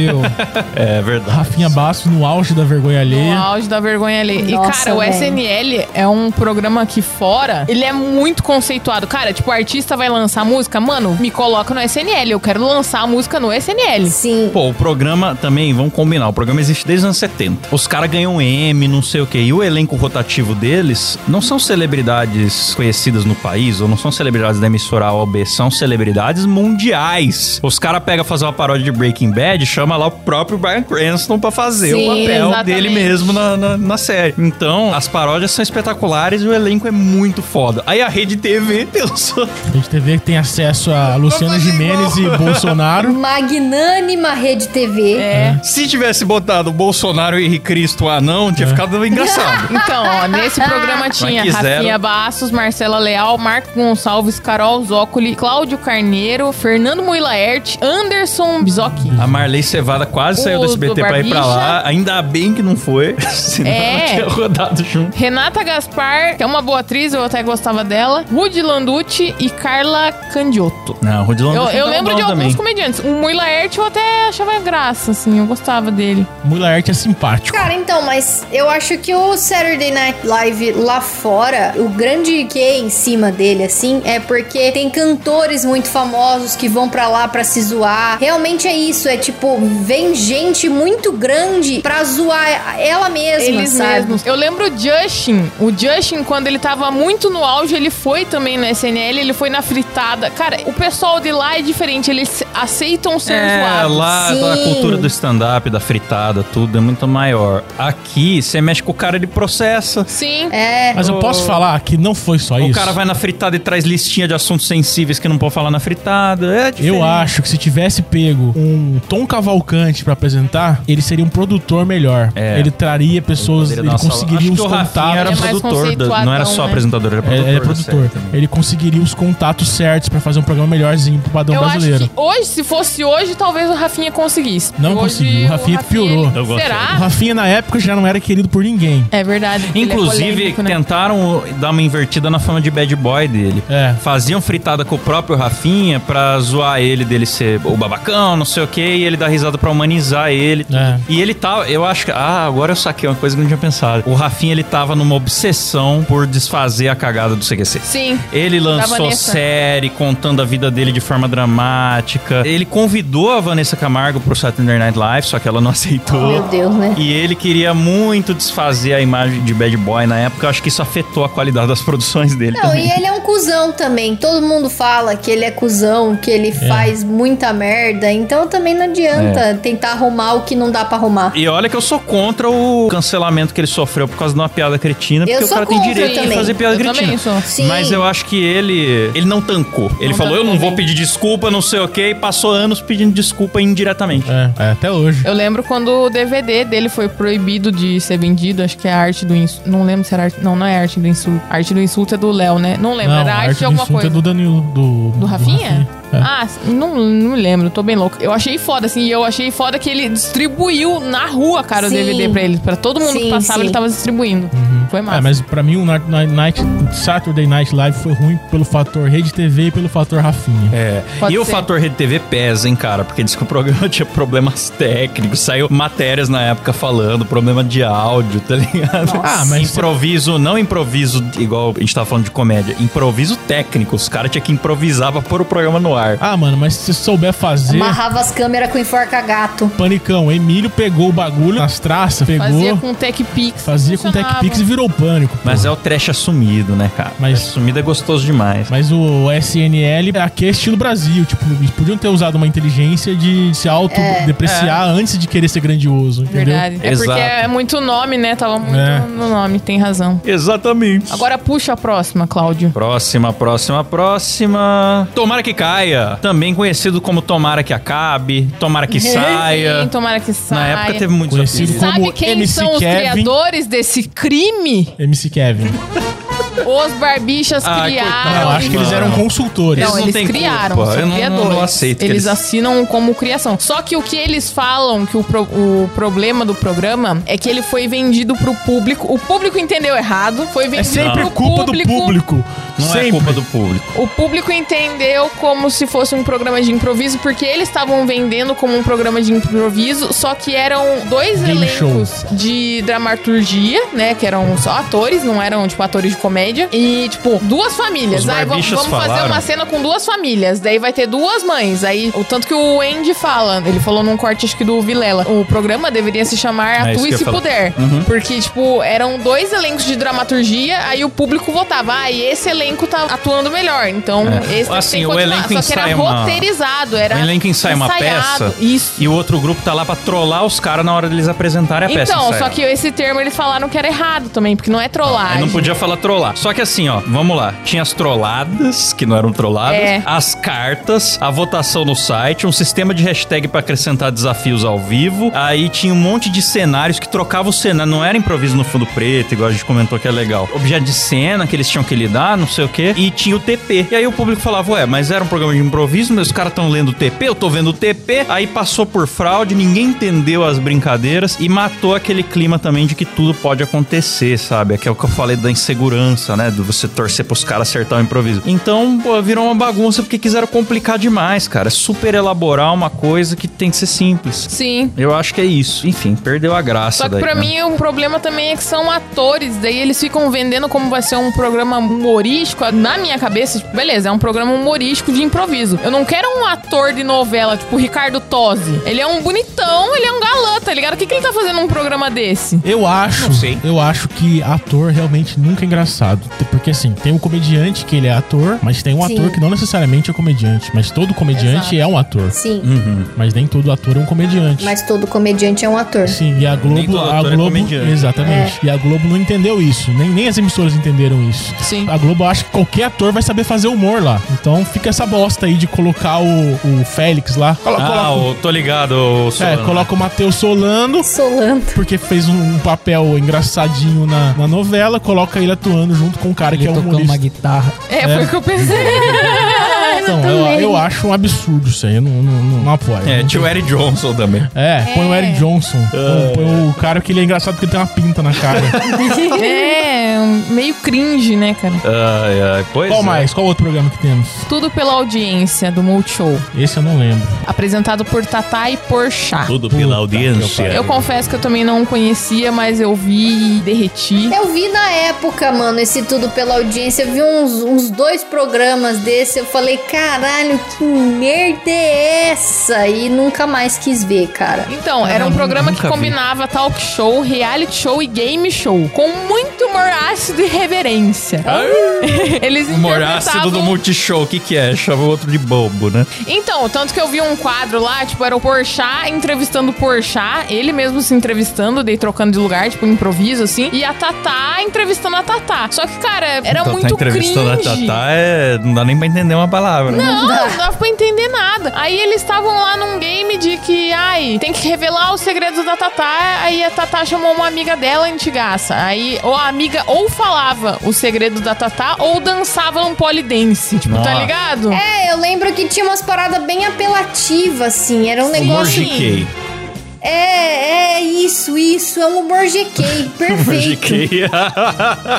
Speaker 1: É verdade.
Speaker 2: Rafinha Bastos no auge da vergonha
Speaker 3: O
Speaker 2: alheia.
Speaker 3: auge da vergonha ali. e,
Speaker 4: Nossa,
Speaker 3: cara, o
Speaker 4: velho.
Speaker 3: SNL é um programa aqui fora. Ele é muito conceituado. Cara, tipo, o artista vai lançar música. Mano, me coloca no SNL. Eu quero lançar a música no SNL.
Speaker 4: Sim.
Speaker 1: Pô, o programa também, vamos combinar, o programa existe desde os anos 70. Os caras ganham M, não sei o quê. E o elenco rotativo deles não são celebridades conhecidas no país, ou não são celebridades da emissora A ou B, são celebridades mundiais. Os caras pegam fazer uma paródia de Breaking Bad, chama lá o próprio Brian Cranston pra fazer
Speaker 3: Sim,
Speaker 1: o papel
Speaker 3: exatamente.
Speaker 1: dele mesmo na, na, na série. Então, as paródias são espetaculares e o elenco é muito foda. Aí a rede [LAUGHS] TV tem os
Speaker 2: A gente TV tem acesso a Luciano Jimenez e Bolsonaro.
Speaker 4: Magnânima Rede TV.
Speaker 3: É.
Speaker 1: Se tivesse botado Bolsonaro e Henrique Cristo anão,
Speaker 3: É.
Speaker 1: tinha ficado
Speaker 3: [LAUGHS]
Speaker 1: engraçado.
Speaker 3: Então, ó, nesse programa tinha
Speaker 1: que zero.
Speaker 3: Rafinha Bastos, Marcela Leal, Marco Gonçalves, Carol Zócoli, Cláudio Carneiro, Fernando Muilaert, Anderson Bizocchi.
Speaker 1: A Marley Cevada quase
Speaker 3: O
Speaker 1: saiu do SBT
Speaker 3: do
Speaker 1: pra ir pra
Speaker 3: Barbicha.
Speaker 1: lá. Ainda bem que não foi. [LAUGHS] Senão
Speaker 3: É.
Speaker 1: ela tinha rodado junto.
Speaker 3: Renata Gaspar, que é uma boa atriz, eu até gostava dela. Rudy Landucci e Carla Candioto.
Speaker 1: Não, Rodilão
Speaker 3: Eu, eu lembro de alguns comediantes. O Muilaert eu até achava graça, assim, eu gostava dele.
Speaker 2: Mulaerte é simpático.
Speaker 4: Cara, então, mas eu acho que o Saturday Night Live lá fora, o grande que em cima dele, assim, é porque tem cantores muito famosos que vão pra lá pra se zoar. Realmente é isso, é tipo, vem gente muito grande pra zoar ela mesma,
Speaker 3: Eles
Speaker 4: sabe?
Speaker 3: mesmos. Eu lembro o Justin. O Justin, quando ele tava muito no auge, ele foi também na SNL, ele foi na fritada. Cara, o pessoal de lá é diferente, eles aceitam ser
Speaker 1: É,
Speaker 3: zoados.
Speaker 1: lá
Speaker 4: Sim.
Speaker 1: toda a cultura do stand-up, da fritada, tudo é muito maior. Aqui, você mexe com o cara, ele processa.
Speaker 3: Sim.
Speaker 4: É.
Speaker 2: Mas eu posso falar que não foi só
Speaker 1: O
Speaker 2: É isso.
Speaker 1: cara vai na fritada e traz listinha de assuntos sensíveis que não pode falar na fritada. É diferente.
Speaker 2: Eu acho que se tivesse pego um Tom Cavalcante pra apresentar, ele seria um produtor melhor.
Speaker 1: É.
Speaker 2: Ele traria pessoas,
Speaker 1: Poderia
Speaker 2: ele,
Speaker 1: dar uma sala-
Speaker 2: conseguiria
Speaker 1: Acho
Speaker 2: os
Speaker 1: que o Rafinha era
Speaker 2: contatos.
Speaker 3: Ele é mais
Speaker 1: produtor, da- não era só
Speaker 3: conceituadão, né?
Speaker 1: apresentador, era
Speaker 2: É,
Speaker 1: produtor.
Speaker 2: ele é
Speaker 1: da série
Speaker 2: produtor.
Speaker 1: também.
Speaker 2: Ele conseguiria os contatos certos pra fazer um programa melhorzinho pro padrão
Speaker 3: Eu
Speaker 2: brasileiro.
Speaker 3: acho que hoje, se fosse hoje, talvez o Rafinha conseguisse.
Speaker 2: Não
Speaker 3: hoje,
Speaker 2: conseguiu, o Rafinha piorou.
Speaker 1: Eu gosto
Speaker 2: O
Speaker 3: Será?
Speaker 2: Rafinha, na época, já não era querido por ninguém.
Speaker 3: É verdade. ele é
Speaker 1: Inclusive,
Speaker 3: polêmico, né?
Speaker 1: tentaram dar uma invertida na fama de bad boy dele.
Speaker 2: É.
Speaker 1: Faziam fritada com o próprio Rafinha pra zoar ele dele ser o babacão, não sei o que, e ele dá risada pra humanizar ele.
Speaker 2: É.
Speaker 1: E ele tá, eu acho que. Ah, agora eu saquei uma coisa que eu não tinha pensado. O Rafinha, ele tava numa obsessão por desfazer a cagada do CQC.
Speaker 3: Sim.
Speaker 1: Ele lançou
Speaker 3: Vanessa.
Speaker 1: série contando a vida dele de forma dramática. Ele convidou a Vanessa Camargo pro Saturday Night Live, só que ela não [LAUGHS] aceitou.
Speaker 4: Meu Deus, né?
Speaker 1: E ele queria muito desfazer a imagem de bad boy na época. Eu acho que isso afetou a qualidade das produções dele
Speaker 4: Não,
Speaker 1: também.
Speaker 4: e ele é um cuzão também. Todo mundo fala que ele é cuzão, que ele faz muita merda. Então também não adianta tentar arrumar o que não dá pra arrumar.
Speaker 1: E olha que eu sou contra o cancelamento que ele sofreu por causa de uma piada cretina, porque o
Speaker 4: sou
Speaker 1: cara tem
Speaker 4: contra
Speaker 1: direito de
Speaker 4: também.
Speaker 1: fazer piada
Speaker 3: Eu também
Speaker 1: cretina.
Speaker 3: sou.
Speaker 4: Sim.
Speaker 1: Mas eu acho que ele ele não tancou. Ele
Speaker 3: Não
Speaker 1: falou, eu
Speaker 3: tancou
Speaker 1: não vou
Speaker 3: bem.
Speaker 1: pedir desculpa, não sei o quê, e passou anos pedindo desculpa indiretamente.
Speaker 2: É, é, até hoje.
Speaker 3: Eu lembro quando o DVD dele foi proibido de ser vendido, acho que é a arte do insulto. Não lembro se era arte. Não, não é arte do insulto. A arte do insulto é do Léo, né? Não lembro,
Speaker 2: não,
Speaker 3: era
Speaker 2: a
Speaker 3: arte,
Speaker 2: arte
Speaker 3: de
Speaker 2: do
Speaker 3: alguma
Speaker 2: insulto
Speaker 3: coisa.
Speaker 2: é do Danilo. Do,
Speaker 3: Do Rafinha?
Speaker 2: É.
Speaker 3: Ah, não, não lembro, tô bem louca. Eu achei foda, assim, e eu achei foda que ele distribuiu na rua, cara,
Speaker 4: Sim.
Speaker 3: o DVD pra ele. Pra todo mundo
Speaker 4: Sim,
Speaker 3: que passava,
Speaker 4: sim.
Speaker 3: ele tava distribuindo. Foi massa.
Speaker 2: É, mas pra mim o Na- Na- Night, Saturday Night Live foi ruim pelo fator Rede TV e pelo fator Rafinha.
Speaker 1: É.
Speaker 3: Pode
Speaker 1: e o
Speaker 3: ser.
Speaker 1: fator Rede TV pesa, hein, cara? Porque diz que o programa [LAUGHS] tinha problemas técnicos, saiu matérias na época falando, problema de áudio, tá ligado?
Speaker 2: Ah, mas
Speaker 1: improviso, não improviso igual a gente tava falando de comédia, improviso técnico. Os caras tinham que improvisar pra pôr o programa no ar.
Speaker 2: Ah, mano, mas se souber fazer.
Speaker 4: Amarrava as câmeras com enforca-gato.
Speaker 2: Panicão, Emílio pegou o bagulho nas traças, pegou,
Speaker 3: Fazia
Speaker 2: fazia,
Speaker 3: com Tech Pix.
Speaker 2: com TechPix e virou pânico. pô.
Speaker 1: Mas é o trash assumido, né, cara?
Speaker 2: Mas-
Speaker 1: Mas assumido é gostoso demais.
Speaker 2: Mas o SNL aqui é estilo Brasil. Tipo, eles podiam ter usado uma inteligência de se autodepreciar antes de querer ser grandioso, entendeu?
Speaker 3: É, Verdade. É
Speaker 1: Exato.
Speaker 3: porque é muito nome, né? Tava muito
Speaker 2: É.
Speaker 3: no nome, tem razão.
Speaker 1: Exatamente.
Speaker 3: Agora puxa a próxima, Cláudio.
Speaker 1: Próxima, próxima, próxima. Tomara que caia. Também conhecido como Tomara que acabe, Tomara
Speaker 3: [LAUGHS]
Speaker 1: que
Speaker 3: Sim,
Speaker 1: saia.
Speaker 3: tomara que saia.
Speaker 1: Na época teve muito
Speaker 2: Conhecido
Speaker 1: desafio.
Speaker 3: Sabe
Speaker 2: Como
Speaker 3: quem
Speaker 2: MC
Speaker 3: são os
Speaker 2: Kevin.
Speaker 3: criadores desse crime?
Speaker 2: MC Kevin.
Speaker 3: Os barbichas
Speaker 1: Ah,
Speaker 3: criaram.
Speaker 1: coitado.
Speaker 2: eu acho que eles
Speaker 1: não.
Speaker 2: eram consultores.
Speaker 1: Eles
Speaker 3: Não, é
Speaker 1: não
Speaker 3: eles
Speaker 1: têm
Speaker 3: criaram,
Speaker 1: culpa.
Speaker 3: são
Speaker 1: Eu não- não- não
Speaker 3: criadores.
Speaker 1: aceito que
Speaker 3: eles,
Speaker 1: eles-
Speaker 3: assinam como criação. Só que o que eles falam, que o, pro- o problema do programa é que ele foi vendido pro público. O público entendeu errado, foi vendido
Speaker 2: É sempre
Speaker 3: pro
Speaker 2: culpa
Speaker 3: público.
Speaker 2: do público.
Speaker 1: Não
Speaker 2: sempre.
Speaker 1: é culpa do público.
Speaker 3: O público entendeu como se fosse um programa de improviso, porque eles estavam vendendo como um programa de improviso, só que eram dois
Speaker 2: Game
Speaker 3: elencos
Speaker 2: show.
Speaker 3: de dramaturgia, né? Que eram só atores, não eram, tipo, atores de comédia. E, tipo, duas famílias.
Speaker 1: Os
Speaker 3: Aí vamos,
Speaker 1: barbichas
Speaker 3: vamos fazer
Speaker 1: falaram.
Speaker 3: uma cena com duas famílias. Daí vai ter duas mães. Aí, o tanto que o Andy fala, ele falou num corte, acho que do Vilela, o programa deveria se chamar
Speaker 1: É isso
Speaker 3: Atue
Speaker 1: que eu ia
Speaker 3: Se
Speaker 1: falar. Uhum.
Speaker 3: Puder. Porque, tipo, eram dois elencos de dramaturgia, aí o público votava, ah, e esse elenco tá atuando melhor. Então,
Speaker 1: É.
Speaker 3: esse
Speaker 1: Assim,
Speaker 3: tem que
Speaker 1: o
Speaker 3: continuar.
Speaker 1: elenco
Speaker 3: Só que era
Speaker 1: ensaia uma-
Speaker 3: roteirizado, era
Speaker 1: O elenco ensaia uma
Speaker 3: ensaiado.
Speaker 1: peça
Speaker 3: Isso.
Speaker 1: e o outro grupo tá lá pra trollar os caras na hora deles apresentarem a peça.
Speaker 3: Então, só
Speaker 1: ensaiada.
Speaker 3: que esse termo eles falaram que era errado também, porque não é trollagem.
Speaker 1: Aí Ah, não podia falar trollar. Só que assim, ó, vamos lá. Tinha as trolladas, que não eram trolladas,
Speaker 3: É.
Speaker 1: as cartas, a votação no site, um sistema de hashtag pra acrescentar desafios ao vivo. Aí tinha um monte de cenários que trocava o cenário. Não era improviso no fundo preto, igual a gente comentou que é legal. Objeto de cena que eles tinham que lidar, não sei o quê. E tinha o TP. E aí o público falava, ué, mas era um programa de improviso, mas os caras estão lendo o TP, eu tô vendo o TP. Aí passou por fraude, ninguém entendeu as brincadeiras e matou aquele clima também de que tudo pode acontecer, sabe? Que é o que eu falei da insegurança, né? De você torcer pros caras acertar o improviso. Então, pô, virou uma bagunça porque quiseram complicar demais, cara. É Super elaborar uma coisa que tem que ser simples.
Speaker 3: Sim.
Speaker 1: Eu acho que é isso. Enfim, perdeu a graça
Speaker 3: Só que
Speaker 1: daí,
Speaker 3: pra
Speaker 1: né?
Speaker 3: mim o problema também é que são atores, daí eles ficam vendendo como vai ser um programa humorístico. Na minha cabeça, tipo, beleza, é um programa humorístico de improviso. Eu não quero um ator de novela, tipo o Ricardo Tosi. Ele é um bonitão, ele é um galã, tá ligado? O que, que ele tá fazendo num programa desse?
Speaker 2: Eu acho,
Speaker 1: Não sei.
Speaker 2: eu acho que ator realmente nunca é engraçado. Porque assim, tem um comediante que ele é ator, mas tem um
Speaker 4: Sim.
Speaker 2: ator que não necessariamente é comediante. Mas todo comediante
Speaker 3: Exato.
Speaker 2: é um ator.
Speaker 4: Sim,
Speaker 1: Uhum.
Speaker 2: Mas nem todo ator é um comediante.
Speaker 4: mas todo comediante é um ator.
Speaker 2: Sim, e a
Speaker 1: Nem
Speaker 2: Globo.
Speaker 1: todo
Speaker 2: A
Speaker 1: ator é
Speaker 2: Globo
Speaker 1: comediante.
Speaker 4: É.
Speaker 2: exatamente. E a Globo não entendeu isso. Nem, nem as emissoras entenderam isso.
Speaker 3: Sim.
Speaker 2: A Globo acha que qualquer ator vai saber fazer humor lá. Então fica essa bosta aí de colocar o, o Félix lá. Colo-
Speaker 1: Ah,
Speaker 2: coloca,
Speaker 1: o- tô ligado, o
Speaker 2: é,
Speaker 1: Solano.
Speaker 2: coloca o Matheus Solano.
Speaker 4: Solano.
Speaker 2: Porque fez um, um papel engraçadinho na, na novela, coloca ele atuando junto com um cara
Speaker 5: Ele
Speaker 2: que é
Speaker 5: tocando uma
Speaker 2: humorista.
Speaker 5: guitarra.
Speaker 3: É, foi o que eu pensei.
Speaker 2: Então, eu, eu acho um absurdo isso aí. Eu não, não, não, não apoio.
Speaker 1: É,
Speaker 2: Não
Speaker 5: tipo-
Speaker 1: tio Eric Johnson também.
Speaker 2: É, põe o Eric Johnson. Põe- Põe o cara que ele é engraçado porque ele tem uma pinta
Speaker 1: [LAUGHS]
Speaker 2: na cara.
Speaker 3: [LAUGHS] é, um- meio cringe, né, cara?
Speaker 1: Ai, ai, pois
Speaker 2: Qual
Speaker 1: é.
Speaker 2: mais? Qual outro programa que temos?
Speaker 3: Tudo pela audiência do Multishow,
Speaker 2: Esse eu não lembro.
Speaker 3: apresentado por Tatá e Porchat.
Speaker 1: Tudo
Speaker 2: Puta
Speaker 1: pela
Speaker 2: que eu
Speaker 1: audiência.
Speaker 2: pariu.
Speaker 3: Eu confesso que eu também não conhecia, mas eu vi e derreti.
Speaker 4: Eu vi na época, mano, esse tudo pela audiência. Eu vi uns, uns dois programas desse. Eu falei, caralho, que merda é essa? E nunca mais quis ver, cara.
Speaker 3: Então, era um programa que
Speaker 1: nunca vi.
Speaker 3: combinava talk show, reality show e game show, com muito humor ácido e reverência. [LAUGHS] Eles
Speaker 1: Ah! Humor
Speaker 3: interpretavam...
Speaker 1: ácido do Multishow, o que que é? Chama o outro de bobo, né?
Speaker 3: Então, tanto que eu vi um quadro lá, tipo, era o Porchat entrevistando o Porchat, ele mesmo se entrevistando, daí trocando de lugar, tipo, improviso, assim, e a Tatá entrevistando a Tatá. Só que, cara, era
Speaker 1: Tatá
Speaker 3: muito
Speaker 1: Então, tá entrevistando
Speaker 3: cringe.
Speaker 1: a Tatá, é... não dá nem pra entender uma palavra. né?
Speaker 3: Não, não dava pra entender nada. Aí eles estavam lá num game de que, ai, tem que revelar os segredos da Tatá. Aí a Tatá chamou uma amiga dela, antigaça. Aí ou a amiga ou falava o segredo da Tatá ou dançava um polidense. Tipo, tá
Speaker 1: Nossa.
Speaker 3: ligado?
Speaker 4: É, eu lembro que tinha umas paradas bem apelativas, assim. Era um
Speaker 1: Humor
Speaker 4: negócio.
Speaker 1: GK.
Speaker 4: É, é isso, isso. É um humor GK. Perfeito.
Speaker 1: Fiquei.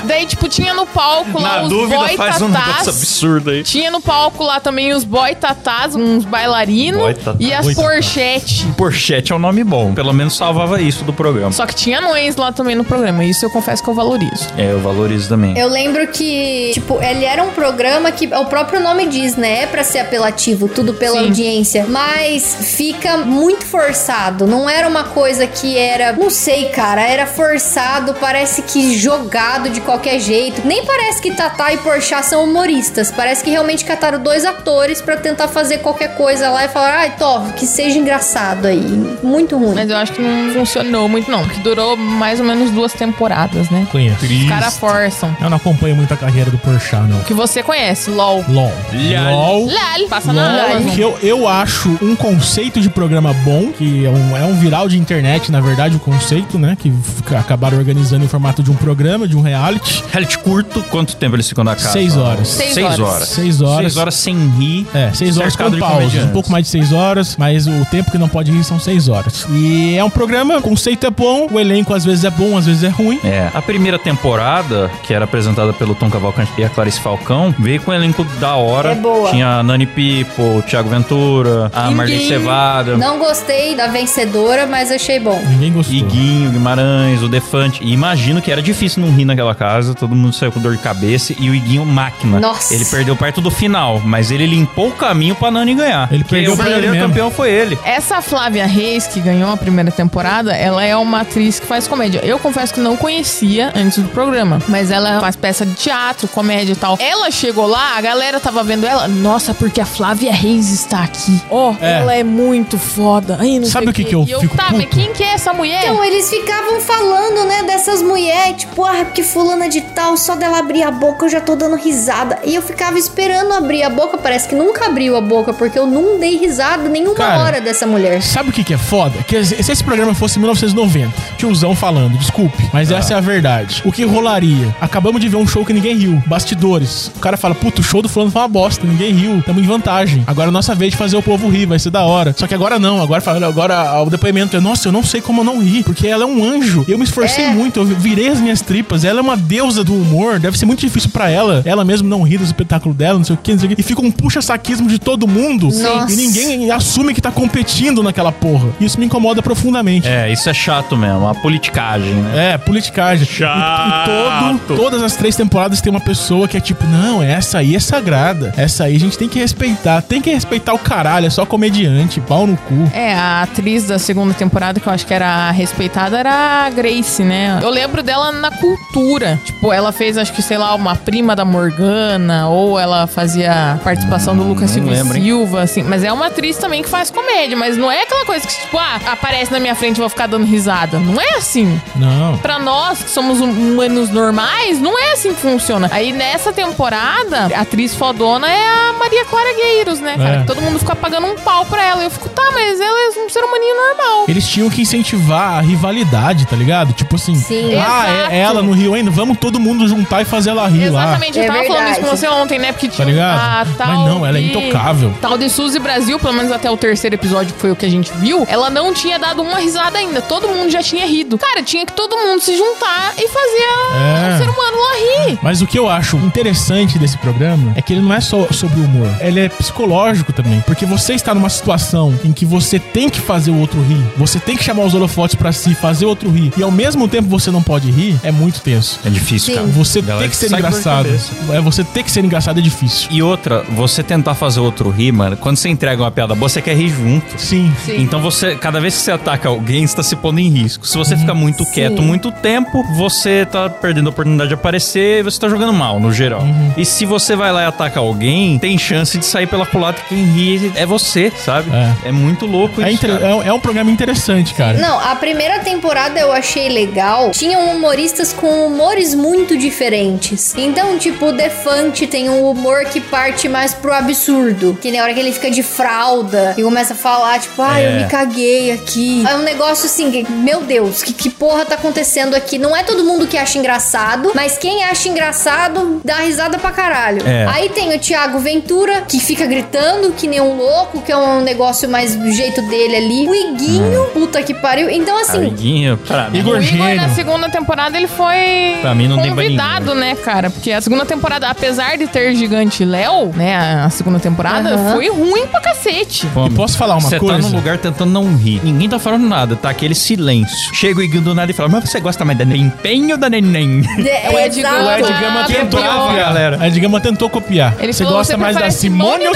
Speaker 3: Daí, tipo, tinha no palco lá
Speaker 1: [LAUGHS] Na
Speaker 3: os
Speaker 1: dúvida,
Speaker 3: boy
Speaker 1: faz um negócio
Speaker 3: tatás.
Speaker 1: absurdo aí.
Speaker 3: tinha no palco lá também os boy tatás, uns
Speaker 1: Boy
Speaker 3: bailarinos
Speaker 1: tatá.
Speaker 3: e as
Speaker 1: Boy tatá.
Speaker 3: porchete.
Speaker 1: Porchete é um nome bom. Pelo menos salvava isso do programa.
Speaker 3: Só que tinha anões lá também no programa. Isso eu confesso que eu valorizo.
Speaker 1: É, eu valorizo também.
Speaker 4: Eu lembro que, tipo, ele era um programa que o próprio nome diz, né? É pra ser apelativo, tudo pela
Speaker 3: Sim.
Speaker 4: audiência. Mas fica muito forçado. Não era uma coisa que era. Não sei, cara. Era forçado, parece que jogado de qualquer jeito. Nem parece que Tatá e Porchat são humoristas. Parece que realmente cataram dois atores pra tentar fazer qualquer coisa lá e falar, ai, top, que seja engraçado aí. Muito ruim.
Speaker 3: Mas eu acho que não funcionou muito, não. Porque durou mais ou menos duas temporadas, né?
Speaker 6: Conheço.
Speaker 3: Os caras forçam.
Speaker 6: Eu não acompanho muito a carreira do Porchat, não.
Speaker 3: O que você conhece, LOL.
Speaker 6: LOL.
Speaker 2: LOL.
Speaker 3: Lali. Passa na
Speaker 2: LOL,
Speaker 3: Amazon.
Speaker 2: que eu, eu acho um conceito de programa bom, que é um, é um viral de internet, na verdade, o conceito, né? Que fica- acabaram organizando em formato de um programa, de um reality.
Speaker 1: Reality curto, quanto tempo eles ficam na casa?
Speaker 2: Seis horas.
Speaker 3: Seis
Speaker 1: Seis
Speaker 3: horas.
Speaker 1: horas.
Speaker 2: Seis horas.
Speaker 1: Seis horas sem rir.
Speaker 2: É, seis horas
Speaker 1: cercado
Speaker 2: com
Speaker 1: de
Speaker 2: pausas.
Speaker 1: comediantes.
Speaker 2: Um pouco mais de seis horas, mas o tempo que não pode rir são seis horas. E é um programa, o conceito é bom, o elenco às vezes é bom, às vezes é ruim.
Speaker 1: É. A primeira temporada, que era apresentada pelo Tom Cavalcante e a Clarice Falcão, veio com um elenco da hora.
Speaker 4: É boa.
Speaker 1: Tinha a Nani Pipo, o Thiago Ventura, a
Speaker 3: Ninguém.
Speaker 1: Marlene Cevada.
Speaker 4: Não gostei da vencedora, mas achei bom.
Speaker 2: Ninguém gostou.
Speaker 1: Iguinho, Guimarães, o Defante. E imagino que era difícil não rir naquela casa, todo mundo saiu com dor de cabeça. E o Iguinho, máquina.
Speaker 4: Nossa.
Speaker 1: Ele perdeu perto do final, mas ele limpou o caminho pra Nani ganhar.
Speaker 2: Ele
Speaker 1: Porque
Speaker 2: perdeu
Speaker 1: o
Speaker 2: pra ele
Speaker 1: verdadeiro
Speaker 2: mesmo.
Speaker 1: campeão foi ele.
Speaker 3: Essa Flávia Reis, que ganhou a primeira temporada, ela é uma atriz que faz comédia. Eu confesso que não conhecia antes do programa, mas ela faz peça de teatro, comédia e tal. Ela chegou lá, a galera tava vendo ela. Nossa, porque a Flávia Reis está aqui. Ó,
Speaker 2: É.
Speaker 3: ela é muito foda. Ai, não
Speaker 2: Sabe
Speaker 3: sei
Speaker 2: o que
Speaker 3: quê.
Speaker 2: que eu
Speaker 3: E eu
Speaker 2: fico
Speaker 3: tá, mas
Speaker 2: puto?
Speaker 3: quem que é essa mulher?
Speaker 4: Então, eles ficavam falando, né, dessas mulheres, tipo, ah, porque fulana de tal, só dela abrir a boca eu já tô dando risada. E eu ficava esperando abrir a boca, parece que nunca abriu a boca, porque eu não dei risada nenhuma
Speaker 2: Cara,
Speaker 4: hora dessa mulher.
Speaker 2: Sabe o que, que é foda? Que se esse programa fosse 1990, tiozão falando, desculpe, mas essa é a verdade. O que rolaria? Acabamos de ver um show que ninguém riu. Bastidores. O cara fala, puta, o show do fulano foi uma bosta, ninguém riu, tamo em vantagem. Agora é nossa vez de fazer o povo rir, vai ser da hora. Só que agora não, agora fala, agora o depoimento é, nossa, eu não sei como eu não ri, porque ela é um anjo. Eu me esforcei
Speaker 4: É.
Speaker 2: muito, eu virei as minhas tripas, ela é uma deusa do humor, deve ser muito difícil pra ela. Ela mesmo não ri do espetáculo dela, não sei o que, não sei o que. E fica um puxa-saquismo de todo mundo.
Speaker 4: Nossa.
Speaker 2: E ninguém e assume que tá competindo naquela porra. Isso me incomoda profundamente. É.
Speaker 1: É, isso é chato mesmo, a politicagem, né?
Speaker 2: politicagem.
Speaker 1: Chato.
Speaker 2: E- e todo- todas as três temporadas tem uma pessoa que é tipo, não, essa aí é sagrada. Essa aí a gente tem que respeitar. Tem que respeitar o caralho, é só comediante, pau no cu.
Speaker 3: É, a atriz da segunda temporada, que eu acho que era a respeitada, era a Grace, né? Eu lembro dela na cultura. Tipo, ela fez, acho que, sei lá, uma prima da Morgana, ou ela fazia participação do Lucas
Speaker 1: não
Speaker 3: Silva
Speaker 1: lembro, hein?
Speaker 3: Silva, assim. Mas é uma atriz também que faz comédia, mas não é aquela coisa que, tipo, ah, aparece na minha frente e vou ficar dando risada. Não é assim.
Speaker 2: Não.
Speaker 3: Pra nós que somos hum- humanos normais, não é assim que funciona. Aí nessa temporada, a atriz fodona é a Maria Clara Gueiros, né, cara?
Speaker 2: É.
Speaker 3: Que todo mundo fica pagando um pau pra ela. Eu fico, tá, mas ela é um ser humaninho normal.
Speaker 2: Eles tinham que incentivar a rivalidade, tá ligado? Tipo assim, ah,
Speaker 4: Sim.
Speaker 3: Exato.
Speaker 2: é ela no Rio ainda, vamos todo mundo juntar e fazer ela rir lá.
Speaker 3: Exatamente, eu
Speaker 4: É
Speaker 3: tava falando isso
Speaker 4: verdade.
Speaker 3: com você ontem, né? Porque
Speaker 2: Tá
Speaker 3: tinha a
Speaker 2: ligado?
Speaker 3: tal.
Speaker 2: Mas não, ela é
Speaker 3: de-
Speaker 2: intocável.
Speaker 3: Tal de Suzy Brasil, pelo menos até o terceiro episódio, que foi o que a gente viu, ela não tinha dado uma risada ainda. Todo mundo já tinha rido. Cara, tinha que todo mundo se juntar e fazer a-
Speaker 2: É.
Speaker 3: o ser humano lá rir.
Speaker 2: Mas o que eu acho interessante desse programa é que ele não é só sobre humor, ele é psicológico também. Porque você está numa situação em que você tem que fazer o outro rir, você tem que chamar os holofotes pra si, fazer o outro rir, e ao mesmo tempo você não pode rir, é muito tenso.
Speaker 1: É difícil,
Speaker 4: Sim.
Speaker 1: cara.
Speaker 2: Você
Speaker 1: Galera,
Speaker 2: tem que ser
Speaker 1: sai com dor de
Speaker 2: engraçado.
Speaker 1: cabeça.
Speaker 2: É, você ter que ser engraçado é difícil.
Speaker 1: E outra, você tentar fazer outro rir, mano, quando você entrega uma piada boa, você quer rir junto.
Speaker 2: Sim.
Speaker 1: Então você, cada vez que você ataca alguém, você tá se pondo em risco. Se você fica muito quieto muito tempo, você tá perdendo a oportunidade de aparecer e você tá jogando mal, no geral.
Speaker 2: Uhum.
Speaker 1: E se você vai lá e ataca alguém, tem chance de sair pela culatra quem ri é você, sabe? É,
Speaker 2: É.
Speaker 1: muito louco
Speaker 2: É,
Speaker 1: isso,
Speaker 2: inter-
Speaker 1: cara.
Speaker 2: é um- é um programa interessante, cara.
Speaker 4: Não, a primeira temporada eu achei legal. Tinham humoristas com humores muito diferentes. Então, tipo, o Defante tem um humor que parte mais pro absurdo. Que na hora que ele fica de fralda e começa a falar, tipo, ah, eu
Speaker 1: É.
Speaker 4: me caguei aqui. É um negócio assim, que, meu Deus, que, que porra tá acontecendo aqui? Não é todo mundo que acha engraçado, mas quem acha engraçado, dá risada pra caralho.
Speaker 1: É.
Speaker 4: Aí tem o Thiago Ventura, que fica gritando que nem um louco, que é um negócio mais do jeito dele ali. O Iguinho,
Speaker 1: É.
Speaker 4: puta que pariu. Então, assim,
Speaker 1: Amiguinho, pra mim.
Speaker 6: Igor
Speaker 3: O Igor, na
Speaker 6: Gênio.
Speaker 3: segunda temporada, ele foi
Speaker 1: Pra mim, não tem
Speaker 3: convidado, né, cara? Porque a segunda temporada, apesar de ter Gigante Léo, né, a segunda temporada,
Speaker 4: Aham.
Speaker 3: foi ruim pra cacete.
Speaker 2: E posso falar uma
Speaker 1: Você tá
Speaker 2: coisa?
Speaker 1: num lugar tentando não rir. Ninguém tá falando nada, tá aquele silêncio. Chega o Igor do nada e fala, mas você gosta mais da empenho ou da neném?
Speaker 4: de-
Speaker 3: O
Speaker 4: é
Speaker 3: Ed
Speaker 4: exato.
Speaker 3: Gama-
Speaker 2: Ed Gama
Speaker 3: Ah,
Speaker 2: tentou
Speaker 3: copiou.
Speaker 2: copiar, galera. A Ed Gama tentou copiar.
Speaker 3: Ele
Speaker 2: você
Speaker 3: falou,
Speaker 2: gosta
Speaker 3: "Você
Speaker 2: mais da
Speaker 3: prefere
Speaker 2: Simone ou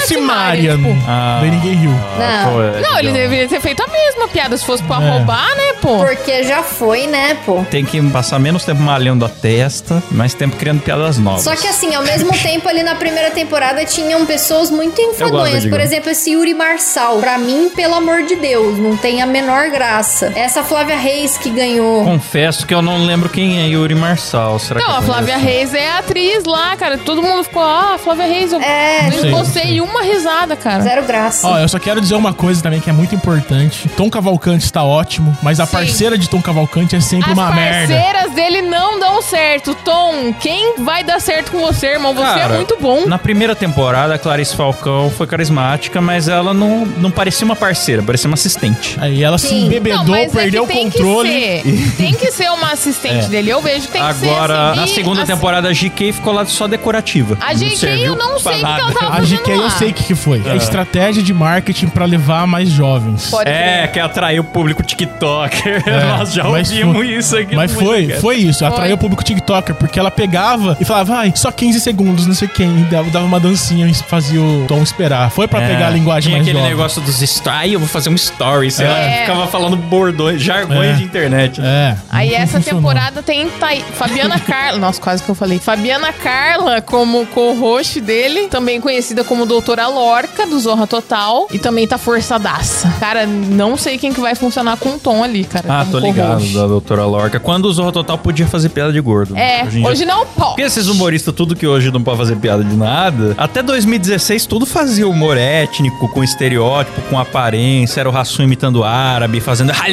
Speaker 2: Simária?
Speaker 3: Simária?" Tipo,
Speaker 1: Ah.
Speaker 2: Daí ninguém riu.
Speaker 4: Não.
Speaker 1: pô, é
Speaker 3: Não,
Speaker 1: legal.
Speaker 3: ele
Speaker 1: É.
Speaker 3: deveria ter feito a mesma piada se fosse pra roubar, né, pô?
Speaker 4: Porque já foi, né, pô?
Speaker 1: Tem que passar menos tempo malhando a testa, mais tempo criando piadas novas.
Speaker 4: Só que assim, ao mesmo tempo ali na primeira temporada tinham pessoas muito
Speaker 1: Eu gosto
Speaker 4: enfadonhas.
Speaker 1: do
Speaker 4: Por
Speaker 1: Digão.
Speaker 4: exemplo, esse Yuri Marçal. Pra mim, pelo amor de Deus, não tem a menor graça. Essa Flávia Reis que ganhou.
Speaker 1: Confesso que eu não lembro quem é Yuri Marçal. Será que
Speaker 3: Não,
Speaker 1: eu
Speaker 3: a Flávia
Speaker 1: conheço?
Speaker 3: Reis é a atriz lá, cara. Todo mundo ficou, ah, Flávia Reis, eu
Speaker 4: É,
Speaker 3: nem
Speaker 2: sei,
Speaker 3: postei uma risada, cara.
Speaker 4: zero graça.
Speaker 2: Ó, eu só quero dizer uma coisa também que é muito importante. Tom Cavalcante está ótimo, mas a
Speaker 3: Sim.
Speaker 2: parceira de Tom Cavalcante é sempre
Speaker 3: As
Speaker 2: uma merda.
Speaker 3: parceiras dele não dão certo. Tom, quem vai dar certo com você, irmão? Você
Speaker 1: Cara,
Speaker 3: é muito bom.
Speaker 1: Na primeira temporada, a Clarice Falcão foi carismática, mas ela não, não parecia uma parceira, parecia uma assistente.
Speaker 2: Aí ela se
Speaker 4: Sim.
Speaker 3: Não,
Speaker 2: embebedou,
Speaker 3: mas é que
Speaker 2: perdeu o
Speaker 3: tem
Speaker 1: [LAUGHS]
Speaker 3: que
Speaker 2: controle.
Speaker 3: ser. Tem que ser uma assistente dele. Eu vejo que tem que ser.
Speaker 1: Agora,
Speaker 3: assim,
Speaker 1: na
Speaker 3: e
Speaker 1: segunda
Speaker 3: assim,
Speaker 1: temporada, a GK ficou lá só decorativa.
Speaker 3: A
Speaker 1: Não
Speaker 3: GK, eu
Speaker 1: serviu
Speaker 3: não
Speaker 1: pra
Speaker 3: sei o que
Speaker 1: nada.
Speaker 3: ela tava
Speaker 2: A GK
Speaker 3: fazendo
Speaker 2: eu
Speaker 3: lá.
Speaker 2: sei o que, que
Speaker 1: É.
Speaker 2: foi. A estratégia de marketing pra levar mais jovens.
Speaker 3: Pode
Speaker 1: É,
Speaker 3: crer.
Speaker 1: quer atrair o público TikToker.
Speaker 2: É,
Speaker 1: [LAUGHS] Nós já
Speaker 2: mas
Speaker 1: ouvimos
Speaker 2: foi-
Speaker 1: isso aqui.
Speaker 2: Mas
Speaker 1: no
Speaker 2: foi,
Speaker 1: podcast.
Speaker 2: foi isso. Atraiu o público TikToker, porque ela pegava e falava, vai, só 15 segundos, não sei quem. E dava, dava uma dancinha e fazia o Tom esperar. Foi pra
Speaker 1: É,
Speaker 2: pegar a linguagem
Speaker 1: tinha
Speaker 2: mais
Speaker 1: aquele
Speaker 2: jovem.
Speaker 1: negócio dos story, eu vou fazer um story. Sei lá,
Speaker 3: É.
Speaker 1: ficava falando bordões, jargões
Speaker 2: É.
Speaker 1: de internet. né?
Speaker 2: É.
Speaker 3: Aí
Speaker 2: não
Speaker 3: essa
Speaker 2: funcionou.
Speaker 3: temporada tem Thay- Fabiana Carla. [LAUGHS] Nossa, quase que eu falei. Fabiana Carla como co-host dele, também conhecida como Doutora Lorca do Zorra Total e também tá forçadaça. Cara, não sei quem que vai funcionar com o Tom ali, cara.
Speaker 1: Ah,
Speaker 3: É como
Speaker 1: tô
Speaker 3: co-host.
Speaker 1: ligado, da doutora Lorca. Quando o Zorro Total podia fazer piada de gordo. né?
Speaker 3: É,
Speaker 1: em dia-
Speaker 3: hoje não pode.
Speaker 1: Porque esses humoristas, tudo que hoje não pode fazer piada de nada, até 2016 tudo fazia humor étnico, com estereótipo, com aparência, era o Rassum imitando árabe, fazendo... [LAUGHS]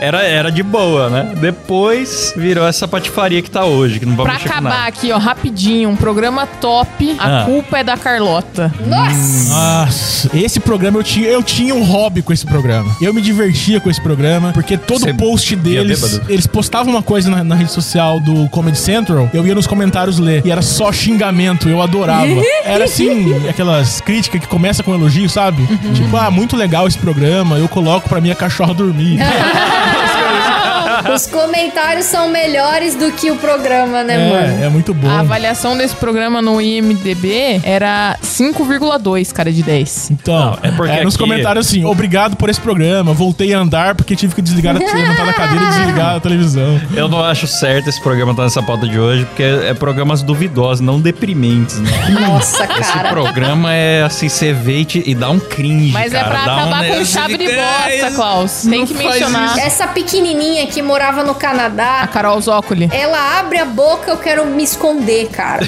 Speaker 1: Era, era de boa, né? Depois virou essa patifaria que tá hoje, que não pode
Speaker 3: Pra
Speaker 1: mexer com
Speaker 3: acabar
Speaker 1: nada.
Speaker 3: aqui, ó, rapidinho, um programa top. A
Speaker 1: Ah.
Speaker 3: culpa é da Carlota.
Speaker 4: Nossa!
Speaker 2: Nossa, esse programa eu tinha, eu tinha um hobby com esse programa. Eu me divertia com esse programa, porque todo
Speaker 1: Você
Speaker 2: post deles,
Speaker 1: bêbado?
Speaker 2: eles postavam uma coisa na, na rede social do Comedy Central, eu ia nos comentários ler. E era só xingamento, eu adorava. Era assim, aquelas críticas que começa com elogio, sabe? Tipo, ah, muito legal esse programa, eu coloco pra minha cachorra dormir.
Speaker 4: Os comentários são melhores do que o programa, né, mano?
Speaker 2: é, é muito bom.
Speaker 3: A avaliação desse programa no IMDB era 5,2, cara, de 10.
Speaker 2: Então,
Speaker 1: Não, é porque
Speaker 2: é, nos
Speaker 1: aqui-
Speaker 2: comentários assim, obrigado por esse programa, voltei a andar porque tive que desligar, a, levantar da cadeira e desligar a televisão.
Speaker 1: Eu não acho certo esse programa estar nessa pauta de hoje, porque é, é programas duvidosos, não deprimentes, né?
Speaker 4: Nossa,
Speaker 1: Esse
Speaker 4: cara.
Speaker 1: programa é assim, você vê e, te- e dá um cringe.
Speaker 3: Mas é
Speaker 1: cara,
Speaker 3: pra
Speaker 1: dá um
Speaker 3: acabar com
Speaker 1: negócio
Speaker 3: chave de
Speaker 1: que-
Speaker 3: bosta, Klaus. Tem que
Speaker 1: faz
Speaker 3: mencionar
Speaker 4: Essa pequenininha que morava no
Speaker 3: a
Speaker 4: Canadá,
Speaker 3: Carol Zócoli.
Speaker 4: ela abre a boca, eu quero me esconder, cara.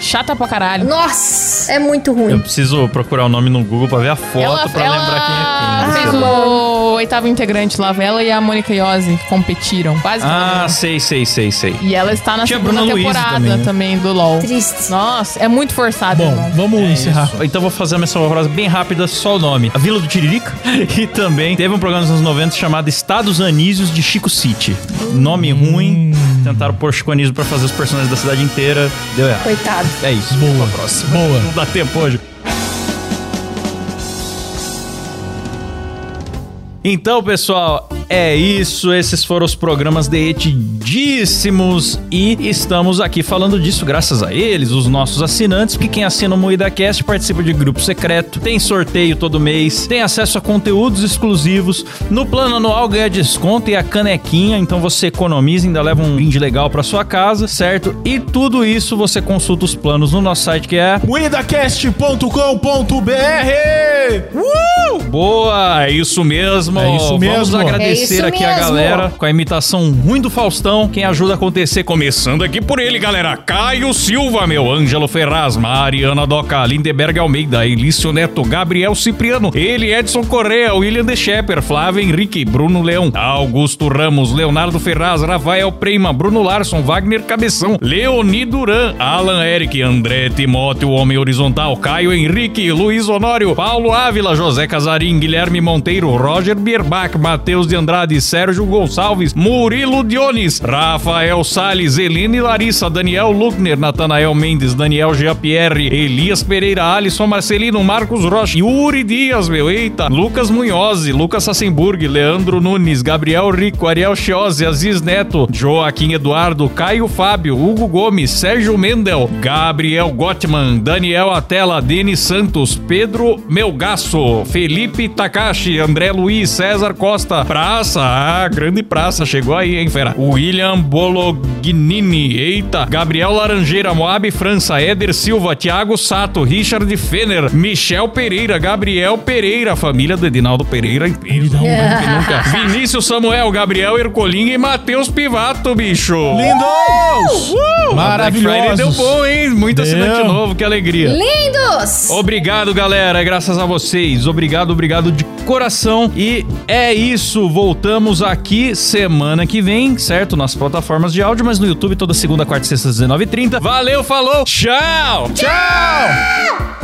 Speaker 3: Chata pra caralho.
Speaker 4: Nossa, é muito
Speaker 1: Eu
Speaker 4: ruim.
Speaker 1: preciso procurar o nome no Google pra ver a foto pra lembrar quem é quem.
Speaker 3: ela
Speaker 1: né?
Speaker 3: fez
Speaker 1: Sei lá.
Speaker 3: o oitavo integrante lá, ela e a Mônica Iose competiram. Quase que
Speaker 1: Ah,
Speaker 3: ganharam.
Speaker 1: sei, sei, sei, sei.
Speaker 3: E ela está na
Speaker 1: Ah, Tinha
Speaker 3: segunda
Speaker 1: Bruna Luiz
Speaker 3: temporada
Speaker 1: também,
Speaker 3: também,
Speaker 1: né?
Speaker 3: do LOL.
Speaker 4: Triste.
Speaker 3: Nossa, é muito forçado,
Speaker 2: Bom,
Speaker 3: irmão.
Speaker 2: vamos encerrar.
Speaker 1: Então vou fazer a menção frase bem rápida, só o nome. A Vila do Tiririca. [LAUGHS] E também teve um programa nos anos 90 chamado Estados Anísios de Chico City. Nome ruim. Tentaram pôr Chico Anísio pra fazer os personagens da cidade inteira. Deu errado.
Speaker 4: Coitado.
Speaker 1: É isso.
Speaker 2: Boa,
Speaker 1: Pra próxima.
Speaker 2: boa.
Speaker 1: Não dá tempo hoje. Então, pessoal, é isso. Esses foram os programas derretidíssimos e estamos aqui falando disso graças a eles, os nossos assinantes, que quem assina o MoídaCast participa de grupo secreto, tem sorteio todo mês, tem acesso a conteúdos exclusivos, no plano anual ganha desconto e a canequinha, então você economiza e ainda leva um brinde legal para sua casa, certo? E tudo isso você consulta os planos no nosso site que é
Speaker 2: Moedacast.com.br
Speaker 1: Boa, é isso mesmo.
Speaker 2: É isso mesmo.
Speaker 1: Vamos agradecer agradecer
Speaker 4: É Isso
Speaker 1: aqui a
Speaker 4: mesmo.
Speaker 1: galera com a imitação ruim do Faustão. Quem ajuda a acontecer, começando aqui por ele, galera. Caio Silva, meu. Ângelo Ferraz, Mariana Doca, Lindeberg Almeida, Elício Neto, Gabriel Cipriano, ele, Edson Correa, William De Shepper, Flávio Henrique, Bruno Leão, Augusto Ramos, Leonardo Ferraz, Rafael Preima, Bruno Larson, Wagner Cabeção, Leoni Duran, Alan Eric, André Timóteo, Homem Horizontal, Caio Henrique, Luiz Honório, Paulo Ávila, José Casarim, Guilherme Monteiro, Roger Bierbach, Matheus de Andrade, Sérgio Gonçalves, Murilo Dionis, Rafael Salles, Helene Larissa, Daniel Luckner, Natanael Mendes, Daniel Giapierre, Elias Pereira, Alisson Marcelino, Marcos Rocha, Yuri Dias, meu, eita, Lucas Munhoz, Lucas Sassenburg, Leandro Nunes, Gabriel Rico, Ariel Chiozzi, Aziz Neto, Joaquim Eduardo, Caio Fábio, Hugo Gomes, Sérgio Mendel, Gabriel Gottman, Daniel Atela, Denis Santos, Pedro Melgaço, Felipe Takashi, André Luiz, César Costa, Praça, ah, grande praça, chegou aí, hein, fera? William Bolognini, eita, Gabriel Laranjeira, Moab França, Éder Silva, Thiago Sato, Richard Fener, Michel Pereira, Gabriel Pereira, família do Edinaldo Pereira, incrível. um Nunca. Vinícius Samuel, Gabriel Ercolim e Matheus Pivato, bicho.
Speaker 2: Lindos!
Speaker 1: Maravilhoso. Deu
Speaker 2: Maravilhosos!
Speaker 1: bom, hein? Muito assinante
Speaker 2: Deu.
Speaker 1: novo, que alegria.
Speaker 4: Lindos!
Speaker 1: Obrigado, galera. É Graças a vocês. Obrigado, obrigado de coração. E é isso. Voltamos aqui semana que vem, certo? Nas plataformas de áudio, mas no YouTube toda segunda, quarta e sexta, às 19h30. Valeu, falou. Tchau! Tchau!